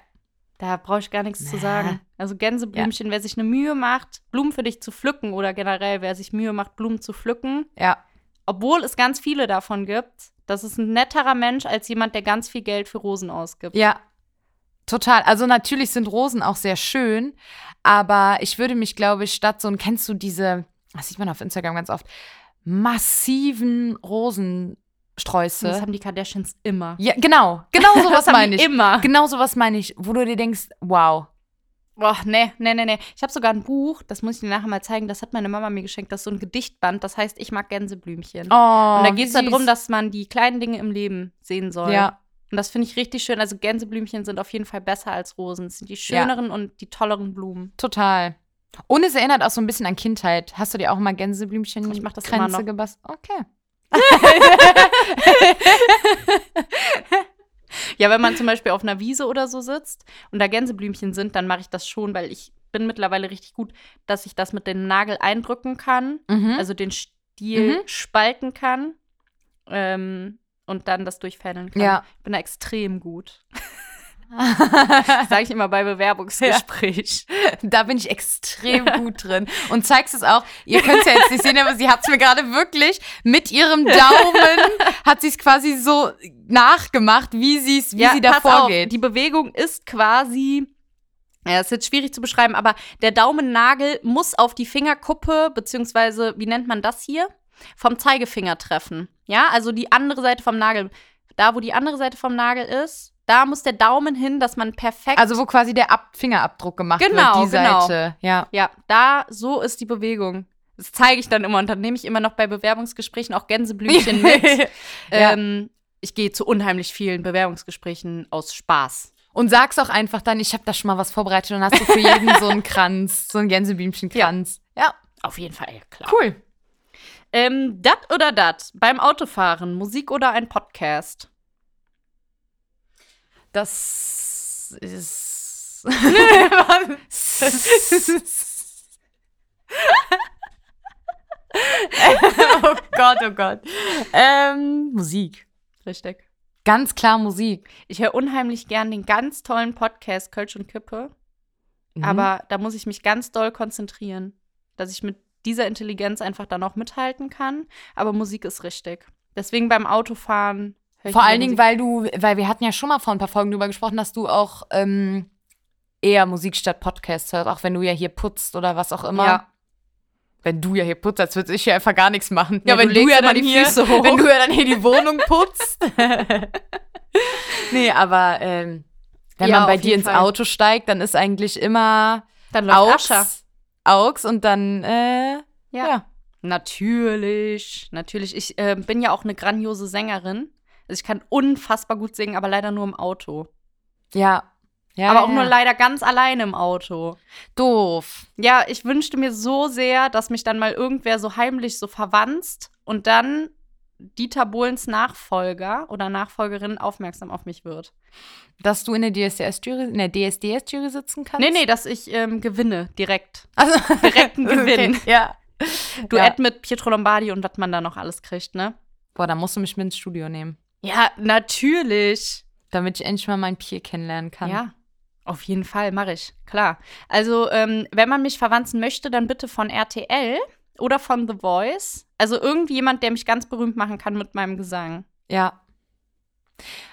[SPEAKER 1] Da brauche ich gar nichts zu
[SPEAKER 2] Na.
[SPEAKER 1] sagen. Also Gänseblümchen, wer sich eine Mühe macht, Blumen für dich zu pflücken oder generell, wer sich Mühe macht, Blumen zu pflücken,
[SPEAKER 2] ja.
[SPEAKER 1] obwohl es ganz viele davon gibt, das ist ein netterer Mensch als jemand, der ganz viel Geld für Rosen ausgibt.
[SPEAKER 2] Ja. Total. Also natürlich sind Rosen auch sehr schön, aber ich würde mich, glaube ich, statt so ein, kennst du diese, das sieht man auf Instagram ganz oft, massiven
[SPEAKER 1] Und Das
[SPEAKER 2] Rosensträuße.
[SPEAKER 1] haben die Kardashians immer.
[SPEAKER 2] Ja, genau, genau sowas
[SPEAKER 1] das haben
[SPEAKER 2] meine
[SPEAKER 1] die
[SPEAKER 2] ich.
[SPEAKER 1] immer.
[SPEAKER 2] Genau sowas meine ich, wo du dir denkst, wow.
[SPEAKER 1] Boah, nee, nee, nee, nee. Ich habe sogar ein Buch, das muss ich dir nachher mal zeigen, das hat meine Mama mir geschenkt, das ist so ein Gedichtband, das heißt Ich mag Gänseblümchen.
[SPEAKER 2] Oh,
[SPEAKER 1] Und da geht es
[SPEAKER 2] wie süß.
[SPEAKER 1] darum, dass man die kleinen Dinge im Leben sehen soll.
[SPEAKER 2] Ja,
[SPEAKER 1] Und das finde ich richtig schön. Also Gänseblümchen sind auf jeden Fall besser als Rosen. Es sind die schöneren und die tolleren Blumen.
[SPEAKER 2] total. Und es erinnert auch so ein bisschen an Kindheit. Hast du dir auch mal Gänseblümchen
[SPEAKER 1] Ich mach das
[SPEAKER 2] Kränze
[SPEAKER 1] immer noch.
[SPEAKER 2] gebastelt? Okay.
[SPEAKER 1] Ja, wenn man zum Beispiel auf einer Wiese oder so sitzt und da Gänseblümchen sind, dann mache ich das schon, weil ich bin mittlerweile richtig gut, dass ich das mit dem Nagel eindrücken kann,
[SPEAKER 2] Mhm.
[SPEAKER 1] also den Stiel
[SPEAKER 2] Mhm.
[SPEAKER 1] spalten kann ähm, und dann das durchfädeln kann.
[SPEAKER 2] Ja.
[SPEAKER 1] Ich bin da extrem gut.
[SPEAKER 2] Also
[SPEAKER 1] Das sage ich immer bei Bewerbungsgespräch.
[SPEAKER 2] Da bin ich extrem gut drin und zeigst es auch. Ihr könnt es ja jetzt nicht sehen, aber sie hat es mir gerade wirklich mit ihrem Daumen hat sie es quasi so nachgemacht, wie sie es, wie sie da
[SPEAKER 1] pass auf,
[SPEAKER 2] vorgeht.
[SPEAKER 1] Die Bewegung ist quasi. Ja, ist jetzt schwierig zu beschreiben, aber der Daumennagel muss auf die Fingerkuppe, beziehungsweise, wie nennt man das hier? Vom Zeigefinger treffen. Ja, also die andere Seite vom Nagel. Da, wo die andere Seite vom Nagel ist, da muss der Daumen hin, dass man perfekt.
[SPEAKER 2] Also wo quasi der Ab Fingerabdruck gemacht
[SPEAKER 1] Genau,
[SPEAKER 2] wird, die
[SPEAKER 1] genau.
[SPEAKER 2] Seite. Ja.
[SPEAKER 1] ja, da, so ist die Bewegung. Das zeige ich dann immer und dann nehme ich immer noch bei Bewerbungsgesprächen auch Gänseblümchen mit.
[SPEAKER 2] Ja.
[SPEAKER 1] ähm, ich gehe zu unheimlich vielen Bewerbungsgesprächen aus Spaß.
[SPEAKER 2] Und sag's auch einfach dann, ich habe da schon mal was vorbereitet und hast du für jeden so einen Kranz, so einen Gänseblümchenkranz. Ja,
[SPEAKER 1] Auf jeden Fall, ja, klar.
[SPEAKER 2] cool.
[SPEAKER 1] Ähm, dat oder dat? Beim Autofahren, Musik oder ein Podcast?
[SPEAKER 2] Das ist. oh Gott, oh Gott. Ähm, Musik.
[SPEAKER 1] Richtig.
[SPEAKER 2] Ganz klar Musik.
[SPEAKER 1] Ich höre unheimlich gern den ganz tollen Podcast Kölsch und Kippe,
[SPEAKER 2] Mhm.
[SPEAKER 1] aber da muss ich mich ganz doll konzentrieren, dass ich mit dieser Intelligenz einfach dann auch mithalten kann. Aber Musik ist richtig. Deswegen beim Autofahren. höre ich
[SPEAKER 2] Vor
[SPEAKER 1] lieber
[SPEAKER 2] allen Dingen,
[SPEAKER 1] Musik.
[SPEAKER 2] weil du, weil wir hatten ja schon mal vor ein paar Folgen drüber gesprochen, dass du auch ähm, eher Musik statt Podcast hörst, auch wenn du ja hier putzt oder was auch immer.
[SPEAKER 1] Ja.
[SPEAKER 2] Wenn du ja hier putzt, als würde ich hier einfach gar nichts machen.
[SPEAKER 1] Ja, du legst immer die Füße hoch.
[SPEAKER 2] wenn du ja dann hier die Wohnung putzt. nee, aber ähm, wenn
[SPEAKER 1] Ja,
[SPEAKER 2] man bei
[SPEAKER 1] auf
[SPEAKER 2] dir
[SPEAKER 1] jeden
[SPEAKER 2] ins
[SPEAKER 1] Fall.
[SPEAKER 2] Auto steigt, dann ist eigentlich immer
[SPEAKER 1] dann läuft Ascher.
[SPEAKER 2] Aux, Aux und dann äh, ja.
[SPEAKER 1] Ja. Natürlich, natürlich. Ich äh, bin ja auch eine grandiose Sängerin. Also ich kann unfassbar gut singen, aber leider nur im Auto.
[SPEAKER 2] ja, ja,
[SPEAKER 1] aber auch
[SPEAKER 2] ja.
[SPEAKER 1] nur leider ganz alleine im Auto.
[SPEAKER 2] doof.
[SPEAKER 1] Ja, ich wünschte mir so sehr, dass mich dann mal irgendwer so heimlich so verwanzt und dann Dieter Bohlens Nachfolger oder Nachfolgerin aufmerksam auf mich wird.
[SPEAKER 2] Dass du in der DSDS-Jury, in der DSDS-Jury sitzen kannst?
[SPEAKER 1] Nee, nee, dass ich ähm, gewinne direkt.
[SPEAKER 2] Also,
[SPEAKER 1] Direkten Gewinn.
[SPEAKER 2] Okay. Ja.
[SPEAKER 1] Duett mit Pietro Lombardi und was man da noch alles kriegt, ne?
[SPEAKER 2] Boah, da musst du mich mit ins Studio nehmen,
[SPEAKER 1] Ja, natürlich.
[SPEAKER 2] damit ich endlich mal meinen Pier kennenlernen kann.
[SPEAKER 1] Ja, auf jeden Fall, mache ich, klar. Also, ähm, wenn man mich verwanzen möchte, dann bitte von RTL oder von The Voice. Also irgendjemand, der mich ganz berühmt machen kann mit meinem Gesang.
[SPEAKER 2] Ja.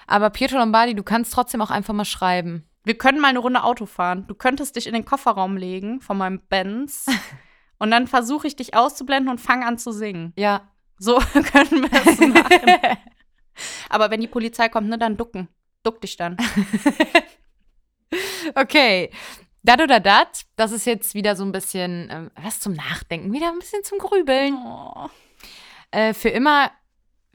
[SPEAKER 2] Aber Pietro Lombardi, du kannst trotzdem auch einfach mal schreiben.
[SPEAKER 1] Wir können mal eine Runde Auto fahren. Du könntest dich in den Kofferraum legen von meinem Benz. Und dann versuche ich dich auszublenden und fang an zu singen.
[SPEAKER 2] Ja.
[SPEAKER 1] So können wir es machen. Aber wenn die Polizei kommt, ne, dann ducken. Duck dich dann.
[SPEAKER 2] Okay. Dat oder dat, das ist jetzt wieder so ein bisschen ähm, was zum Nachdenken, wieder ein bisschen zum Grübeln.
[SPEAKER 1] Oh.
[SPEAKER 2] Äh, für immer,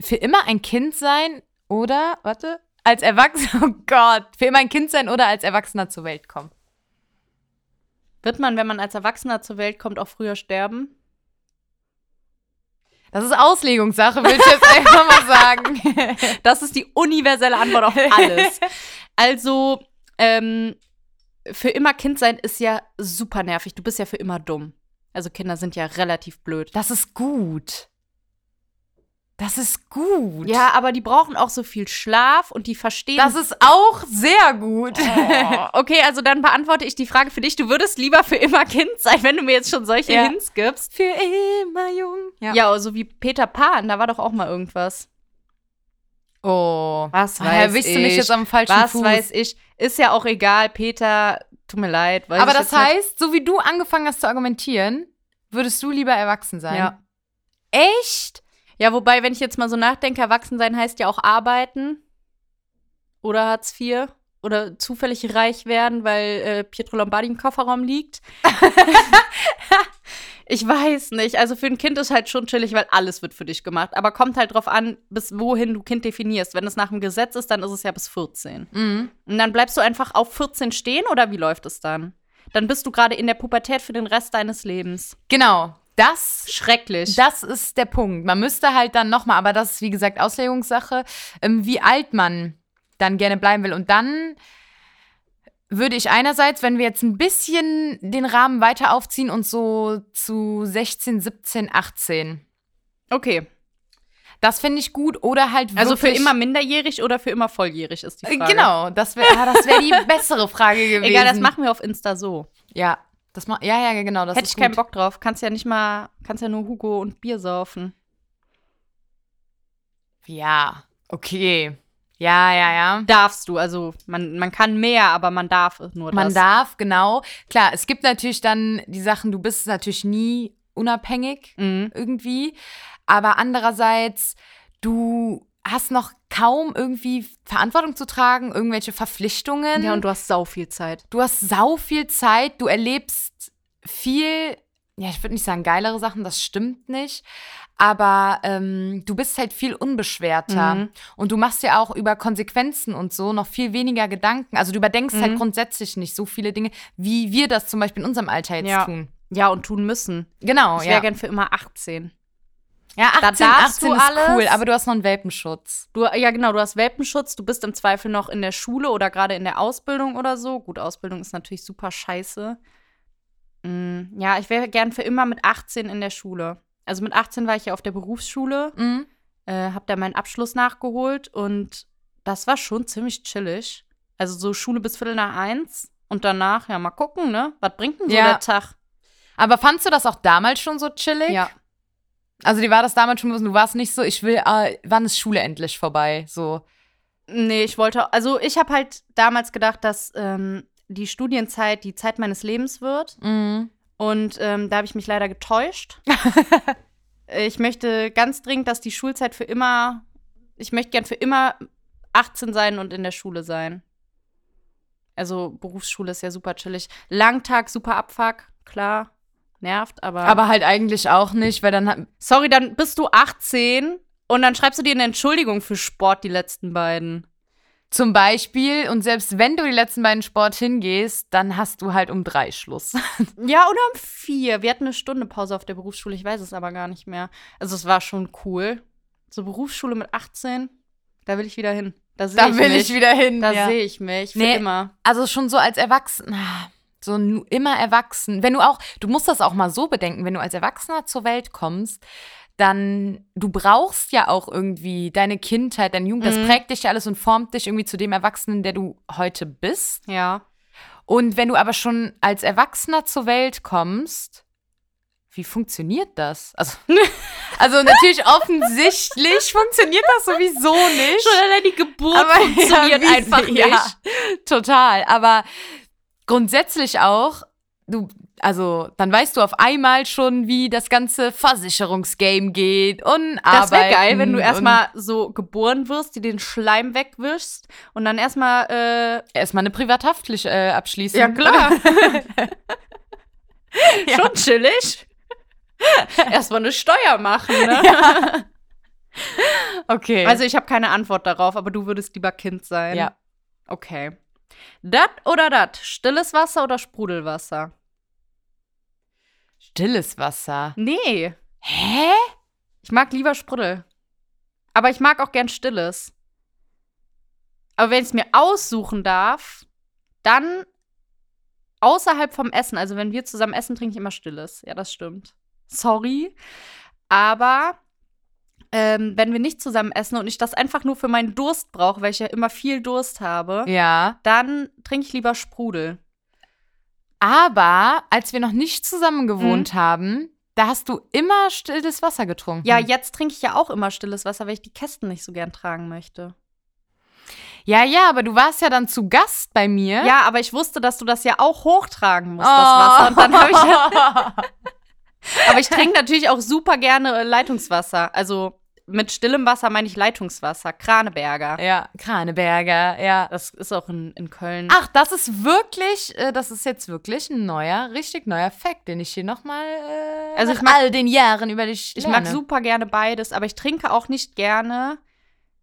[SPEAKER 2] für immer ein Kind sein oder, warte, als Erwachsener, oh Gott, für immer ein Kind sein oder als Erwachsener zur Welt kommen.
[SPEAKER 1] Wird man, wenn man als Erwachsener zur Welt kommt, auch früher sterben?
[SPEAKER 2] Das ist Auslegungssache, will ich jetzt einfach mal sagen.
[SPEAKER 1] Das ist die universelle Antwort auf alles. Also, ähm, für immer Kind sein ist ja super nervig. Du bist ja für immer dumm. Also Kinder sind ja relativ blöd.
[SPEAKER 2] Das ist gut. Das ist gut.
[SPEAKER 1] Ja, aber die brauchen auch so viel Schlaf und die verstehen.
[SPEAKER 2] Das ist auch sehr gut.
[SPEAKER 1] Oh, okay, also dann beantworte ich die Frage für dich. Du würdest lieber für immer Kind sein, wenn du mir jetzt schon solche
[SPEAKER 2] Ja.
[SPEAKER 1] Hints gibst.
[SPEAKER 2] Für immer jung. Ja.
[SPEAKER 1] Ja, so wie Peter Pan, da war doch auch mal irgendwas.
[SPEAKER 2] Oh.
[SPEAKER 1] Was
[SPEAKER 2] Daher wischst du mich jetzt am falschen
[SPEAKER 1] Was
[SPEAKER 2] Fuß.
[SPEAKER 1] weiß ich. Ist ja auch egal, Peter, tut mir leid. weiß
[SPEAKER 2] Aber
[SPEAKER 1] ich
[SPEAKER 2] das
[SPEAKER 1] jetzt halt nicht.
[SPEAKER 2] heißt, so wie du angefangen hast zu argumentieren, würdest du lieber erwachsen sein.
[SPEAKER 1] Ja.
[SPEAKER 2] Echt?
[SPEAKER 1] Ja, wobei, wenn ich jetzt mal so nachdenke, erwachsen sein heißt ja auch arbeiten. Oder Hartz IV. Oder zufällig reich werden, weil äh, Pietro Lombardi im Kofferraum liegt. ich weiß nicht. Also für ein Kind ist halt schon chillig, weil alles wird für dich gemacht. Aber kommt halt drauf an, bis wohin du Kind definierst. Wenn es nach dem Gesetz ist, dann ist es ja bis 14.
[SPEAKER 2] Mhm.
[SPEAKER 1] Und dann bleibst du einfach auf 14 stehen oder wie läuft es dann? Dann bist du gerade in der Pubertät für den Rest deines Lebens.
[SPEAKER 2] Genau. Das
[SPEAKER 1] Schrecklich.
[SPEAKER 2] Das ist der Punkt. Man müsste halt dann nochmal, aber das ist wie gesagt Auslegungssache, ähm, wie alt man dann gerne bleiben will. Und dann würde ich einerseits, wenn wir jetzt ein bisschen den Rahmen weiter aufziehen und so zu 16, 17, 18.
[SPEAKER 1] okay.
[SPEAKER 2] Das finde ich gut. Oder halt
[SPEAKER 1] Also für
[SPEAKER 2] wirklich-
[SPEAKER 1] immer minderjährig oder für immer volljährig ist die
[SPEAKER 2] Äh,
[SPEAKER 1] Frage.
[SPEAKER 2] Genau, das wäre ah, das wär die bessere Frage gewesen.
[SPEAKER 1] Egal, das machen wir auf Insta so.
[SPEAKER 2] Ja, das ma ja, ja, genau. Das
[SPEAKER 1] Hätte
[SPEAKER 2] ist
[SPEAKER 1] ich
[SPEAKER 2] gut.
[SPEAKER 1] keinen Bock drauf. Kannst ja nicht mal, kannst ja nur Hugo und Bier saufen.
[SPEAKER 2] Ja, okay. Ja, ja, ja.
[SPEAKER 1] Darfst du, also man, man kann mehr, aber man darf nur das.
[SPEAKER 2] Man darf, genau. Klar, es gibt natürlich dann die Sachen, du bist natürlich nie unabhängig
[SPEAKER 1] Mhm.
[SPEAKER 2] irgendwie. Aber andererseits, du hast noch kaum irgendwie Verantwortung zu tragen, irgendwelche Verpflichtungen.
[SPEAKER 1] Ja, und du hast sau viel Zeit.
[SPEAKER 2] du hast sau viel Zeit, du erlebst viel, ja, ich würde nicht sagen geilere Sachen, das stimmt nicht. Aber ähm, du bist halt viel unbeschwerter.
[SPEAKER 1] Mhm.
[SPEAKER 2] Und du machst ja auch über Konsequenzen und so noch viel weniger Gedanken. Also du überdenkst
[SPEAKER 1] Mhm.
[SPEAKER 2] halt grundsätzlich nicht so viele Dinge, wie wir das zum Beispiel in unserem Alter jetzt
[SPEAKER 1] Ja.
[SPEAKER 2] tun.
[SPEAKER 1] Ja, und tun müssen.
[SPEAKER 2] Genau,
[SPEAKER 1] ich wäre
[SPEAKER 2] ja.
[SPEAKER 1] gern für immer 18.
[SPEAKER 2] Ja, 18,
[SPEAKER 1] darfst
[SPEAKER 2] 18
[SPEAKER 1] du
[SPEAKER 2] ist
[SPEAKER 1] alles.
[SPEAKER 2] cool, aber du hast noch einen Welpenschutz.
[SPEAKER 1] Du, ja, genau, du hast Welpenschutz, du bist im Zweifel noch in der Schule oder gerade in der Ausbildung oder so. Gut, Ausbildung ist natürlich super scheiße. Mm, ja, ich wäre gern für immer mit 18 in der Schule. Also mit 18 war ich ja auf der Berufsschule.
[SPEAKER 2] Mhm.
[SPEAKER 1] äh, habe da meinen Abschluss nachgeholt und das war schon ziemlich chillig. Also so Schule bis Viertel nach eins und danach, ja, mal gucken, ne? Was bringt denn so
[SPEAKER 2] Ja.
[SPEAKER 1] der Tag?
[SPEAKER 2] Aber fandst du das auch damals schon so chillig? Also dir war das damals schon bewusst, du warst nicht so, ich will, äh, wann ist Schule endlich vorbei? So.
[SPEAKER 1] Nee, ich wollte, also ich habe halt damals gedacht, dass ähm, die Studienzeit die Zeit meines Lebens wird
[SPEAKER 2] Mhm.
[SPEAKER 1] und ähm, da habe ich mich leider getäuscht. ich möchte ganz dringend, dass die Schulzeit für immer, ich möchte gern für immer 18 sein und in der Schule sein. Also Berufsschule ist ja super chillig. Langtag, super Abfuck, klar, nervt, aber,
[SPEAKER 2] Aber halt eigentlich auch nicht, weil dann hat-
[SPEAKER 1] sorry, dann bist du 18 und dann schreibst du dir eine Entschuldigung für Sport, die letzten beiden.
[SPEAKER 2] zum Beispiel, und selbst wenn du die letzten beiden Sport hingehst, dann hast du halt um drei Schluss.
[SPEAKER 1] Ja, oder um vier. Wir hatten eine Stunde Pause auf der Berufsschule, ich weiß es aber gar nicht mehr. Also es war schon cool. So Berufsschule mit 18, da will ich wieder hin. Da, seh
[SPEAKER 2] Da will
[SPEAKER 1] mich.
[SPEAKER 2] ich wieder hin.
[SPEAKER 1] Da
[SPEAKER 2] ja.
[SPEAKER 1] sehe ich mich für
[SPEAKER 2] Nee.
[SPEAKER 1] immer.
[SPEAKER 2] Also schon so als Erwachsener. so nu- immer erwachsen. Wenn du auch, du musst das auch mal so bedenken, wenn du als Erwachsener zur Welt kommst, dann du brauchst ja auch irgendwie deine Kindheit, deine Jugend, das prägt dich ja alles und formt dich irgendwie zu dem Erwachsenen, der du heute bist.
[SPEAKER 1] Ja.
[SPEAKER 2] Und wenn du aber schon als Erwachsener zur Welt kommst, wie funktioniert das? Also, also natürlich offensichtlich funktioniert das sowieso nicht.
[SPEAKER 1] Schon allein die Geburt
[SPEAKER 2] aber
[SPEAKER 1] funktioniert
[SPEAKER 2] ja, wie-
[SPEAKER 1] einfach nicht.
[SPEAKER 2] Ja, total. Aber grundsätzlich auch, du, also dann weißt du auf einmal schon, wie das ganze Versicherungsgame geht und
[SPEAKER 1] Das wäre
[SPEAKER 2] Arbeiten
[SPEAKER 1] geil, wenn du
[SPEAKER 2] und-
[SPEAKER 1] erstmal so geboren wirst, dir den Schleim wegwischst und dann äh, erstmal,
[SPEAKER 2] erstmal eine Privathaftpflicht äh, abschließen.
[SPEAKER 1] äh,
[SPEAKER 2] Ja.
[SPEAKER 1] Schon chillig. erstmal eine Steuer machen, ne?
[SPEAKER 2] Ah, Okay.
[SPEAKER 1] Also ich habe keine Antwort darauf, aber du würdest lieber Kind sein.
[SPEAKER 2] ja.
[SPEAKER 1] Okay. Dat oder dat? Stilles Wasser oder Sprudelwasser?
[SPEAKER 2] Stilles Wasser.
[SPEAKER 1] Nee,
[SPEAKER 2] Hä?
[SPEAKER 1] ich mag lieber Sprudel. Aber ich mag auch gern Stilles. Aber wenn ich es mir aussuchen darf, dann außerhalb vom Essen, also wenn wir zusammen essen, trinke ich immer Stilles. Ja, das stimmt. Sorry. Aber ähm, wenn wir nicht zusammen essen und ich das einfach nur für meinen Durst brauche, weil ich ja immer viel Durst habe,
[SPEAKER 2] Ja.
[SPEAKER 1] dann trinke ich lieber Sprudel.
[SPEAKER 2] Aber als wir noch nicht zusammen gewohnt haben, da hast du immer stilles Wasser getrunken.
[SPEAKER 1] Mhm. Ja, jetzt trinke ich ja auch immer stilles Wasser, weil ich die Kästen nicht so gern tragen möchte.
[SPEAKER 2] ja, ja, aber du warst ja dann zu Gast bei mir.
[SPEAKER 1] Ja, Oh. aber ich wusste, dass du das ja auch hochtragen musst,
[SPEAKER 2] Oh.
[SPEAKER 1] das Wasser. Und dann hab ich, aber ich trinke natürlich auch super gerne äh, Leitungswasser. Also mit stillem Wasser meine ich Leitungswasser, Kraneberger.
[SPEAKER 2] ja, Kraneberger, ja.
[SPEAKER 1] Das ist auch in, in Köln.
[SPEAKER 2] Ach, das ist wirklich, äh, das ist jetzt wirklich ein neuer, richtig neuer Fact, den ich hier nochmal äh,
[SPEAKER 1] Also ich
[SPEAKER 2] nach all den Jahren über dich
[SPEAKER 1] ich
[SPEAKER 2] lerne.
[SPEAKER 1] mag super gerne beides, aber ich trinke auch nicht gerne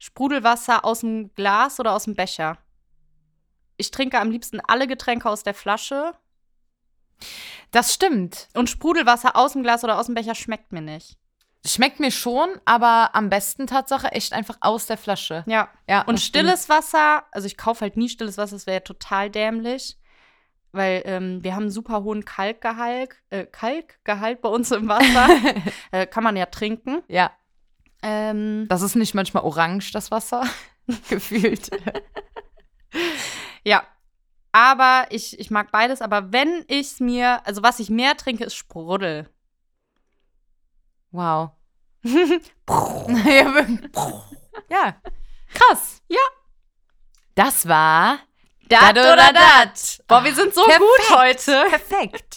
[SPEAKER 1] Sprudelwasser aus dem Glas oder aus dem Becher. Ich trinke am liebsten alle Getränke aus der Flasche
[SPEAKER 2] Das stimmt.
[SPEAKER 1] und Sprudelwasser aus dem Glas oder aus dem Becher schmeckt mir nicht.
[SPEAKER 2] Schmeckt mir schon, aber am besten Tatsache echt einfach aus der Flasche.
[SPEAKER 1] Ja,
[SPEAKER 2] Ja,
[SPEAKER 1] Und
[SPEAKER 2] das stimmt.
[SPEAKER 1] stilles Wasser, also ich kaufe halt nie stilles Wasser, das wäre ja total dämlich. Weil ähm, wir haben einen super hohen Kalkgehalt, äh, Kalkgehalt bei uns im Wasser. äh, kann man ja trinken.
[SPEAKER 2] Ja,
[SPEAKER 1] Ähm,
[SPEAKER 2] das ist nicht manchmal orange, das Wasser. Gefühlt.
[SPEAKER 1] ja. Aber ich, ich mag beides, aber wenn ich es mir, also was ich mehr trinke, ist Sprudel.
[SPEAKER 2] Wow. ja, wirklich. ja. Krass.
[SPEAKER 1] Ja.
[SPEAKER 2] Das war
[SPEAKER 1] Dat
[SPEAKER 2] oder dat.
[SPEAKER 1] Boah, wir sind so
[SPEAKER 2] Perfekt.
[SPEAKER 1] gut heute.
[SPEAKER 2] perfekt.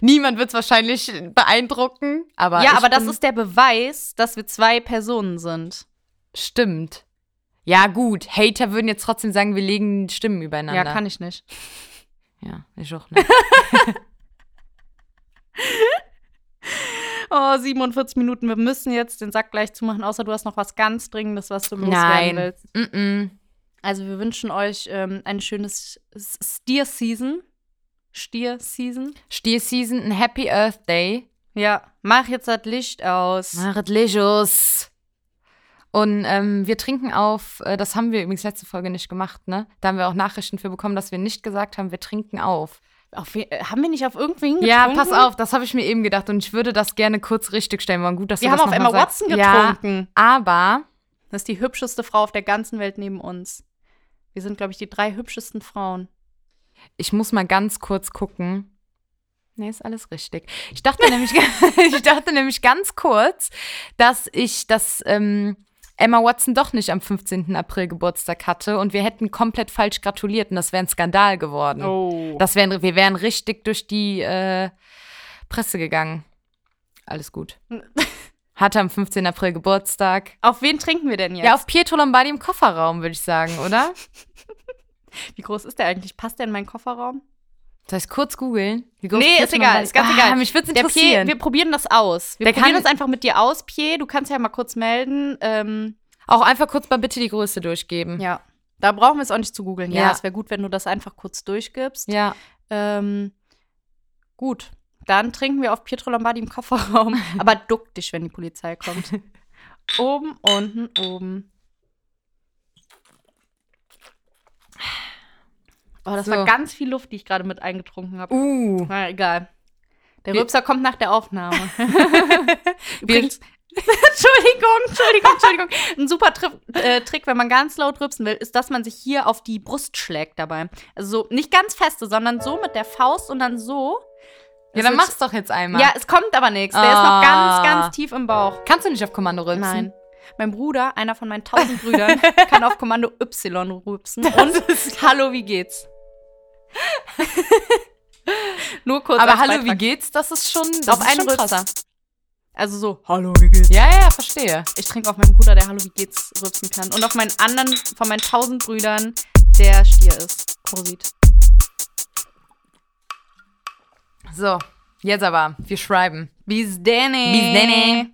[SPEAKER 2] Niemand wird es wahrscheinlich beeindrucken, aber.
[SPEAKER 1] ja,
[SPEAKER 2] ich
[SPEAKER 1] aber das
[SPEAKER 2] bin-
[SPEAKER 1] ist der Beweis, dass wir zwei Personen sind.
[SPEAKER 2] Stimmt. Ja, gut. Hater würden jetzt trotzdem sagen, wir legen Stimmen übereinander.
[SPEAKER 1] Ja, kann ich nicht.
[SPEAKER 2] Ja, ich auch nicht.
[SPEAKER 1] Oh, 47 Minuten. Wir müssen jetzt den Sack gleich zumachen, außer du hast noch was ganz Dringendes, was du loswerden
[SPEAKER 2] Nein.
[SPEAKER 1] willst.
[SPEAKER 2] Mm -mm.
[SPEAKER 1] Also wir wünschen euch ähm, ein schönes S- Stier-Season. Stier-Season.
[SPEAKER 2] Stier-Season, ein Happy Earth Day.
[SPEAKER 1] Ja, mach jetzt das Licht aus.
[SPEAKER 2] Maret Lejos. Und ähm, wir trinken auf, äh, das haben wir übrigens letzte Folge nicht gemacht, ne? Da haben wir auch Nachrichten für bekommen, dass wir nicht gesagt haben, wir trinken auf.
[SPEAKER 1] Auf, we- äh, haben wir nicht auf irgendwie hingetrunken?
[SPEAKER 2] Ja, pass auf, das habe ich mir eben gedacht und ich würde das gerne kurz richtigstellen wollen. Gut, dass
[SPEAKER 1] Wir
[SPEAKER 2] du
[SPEAKER 1] haben
[SPEAKER 2] das
[SPEAKER 1] auf
[SPEAKER 2] noch
[SPEAKER 1] Emma
[SPEAKER 2] mal sagst.
[SPEAKER 1] Watson
[SPEAKER 2] Ja,
[SPEAKER 1] getrunken.
[SPEAKER 2] aber
[SPEAKER 1] Das ist die hübscheste Frau auf der ganzen Welt neben uns. Wir sind, glaube ich, die drei hübschesten Frauen.
[SPEAKER 2] ich muss mal ganz kurz gucken. Nee, ist alles richtig. Ich dachte nämlich, ich dachte nämlich ganz kurz, dass ich das ähm, Emma Watson doch nicht am 15. April Geburtstag hatte und wir hätten komplett falsch gratuliert und das wäre ein Skandal geworden.
[SPEAKER 1] Oh.
[SPEAKER 2] Das wären, wir wären richtig durch die äh, Presse gegangen. Alles gut. Hatte am 15. April Geburtstag.
[SPEAKER 1] Auf wen trinken wir denn jetzt?
[SPEAKER 2] Ja, auf Pietro Lombardi im Kofferraum, würde ich sagen, oder?
[SPEAKER 1] Wie groß ist der eigentlich? Passt der in meinen Kofferraum?
[SPEAKER 2] Soll ich kurz googeln? Wie groß
[SPEAKER 1] Nee, ist
[SPEAKER 2] Pietro
[SPEAKER 1] egal,
[SPEAKER 2] Lombardi
[SPEAKER 1] ist ganz
[SPEAKER 2] ah,
[SPEAKER 1] egal.
[SPEAKER 2] Mich würde
[SPEAKER 1] Der Pier,
[SPEAKER 2] interessieren.
[SPEAKER 1] wir probieren das aus. Wir
[SPEAKER 2] Der
[SPEAKER 1] probieren
[SPEAKER 2] kann-
[SPEAKER 1] das einfach mit dir aus, Pier. Du kannst ja mal kurz melden. Ähm,
[SPEAKER 2] Auch einfach kurz mal bitte die Größe durchgeben.
[SPEAKER 1] ja. Da brauchen wir es auch nicht zu googeln. Ja,
[SPEAKER 2] Ja.
[SPEAKER 1] es wäre gut, wenn du das einfach kurz durchgibst.
[SPEAKER 2] Ja.
[SPEAKER 1] Ähm, gut, dann trinken wir auf Pietro Lombardi im Kofferraum. Aber duck dich, wenn die Polizei kommt. oben, unten, oben. Oh, das
[SPEAKER 2] So.
[SPEAKER 1] war ganz viel Luft, die ich gerade mit eingetrunken habe.
[SPEAKER 2] Uh.
[SPEAKER 1] Na, egal. Der
[SPEAKER 2] Wir-
[SPEAKER 1] Rübser kommt nach der Aufnahme.
[SPEAKER 2] Wir,
[SPEAKER 1] Übrigens- Entschuldigung, Entschuldigung, Entschuldigung. Ein super Tri äh, Trick, wenn man ganz laut rübsen will, ist, dass man sich hier auf die Brust schlägt dabei. Also so, nicht ganz feste, sondern so mit der Faust und dann so.
[SPEAKER 2] ja,
[SPEAKER 1] Es
[SPEAKER 2] dann
[SPEAKER 1] ist-
[SPEAKER 2] mach's doch jetzt einmal.
[SPEAKER 1] Ja, es kommt aber nichts. Der ist noch
[SPEAKER 2] Ah.
[SPEAKER 1] ganz, ganz tief im Bauch.
[SPEAKER 2] Kannst du nicht auf Kommando rülpsen?
[SPEAKER 1] Nein. Mein Bruder, einer von meinen tausend Brüdern, kann auf Kommando Y rübsen. Und Hallo, wie geht's? Nur kurz.
[SPEAKER 2] Aber
[SPEAKER 1] als
[SPEAKER 2] hallo, wie
[SPEAKER 1] Beitrag.
[SPEAKER 2] geht's? Das ist schon das
[SPEAKER 1] Auf
[SPEAKER 2] ist
[SPEAKER 1] einen
[SPEAKER 2] schon krass.
[SPEAKER 1] Rübser. Also so.
[SPEAKER 2] Hallo, wie geht's? Ja, ja, verstehe.
[SPEAKER 1] Ich trinke auf meinen Bruder, der Hallo, wie geht's rübsen kann. Und auf meinen anderen von meinen tausend Brüdern, der Stier ist. Prosit.
[SPEAKER 2] So, jetzt aber, wir schreiben.
[SPEAKER 1] Bis denne.
[SPEAKER 2] Bis denne.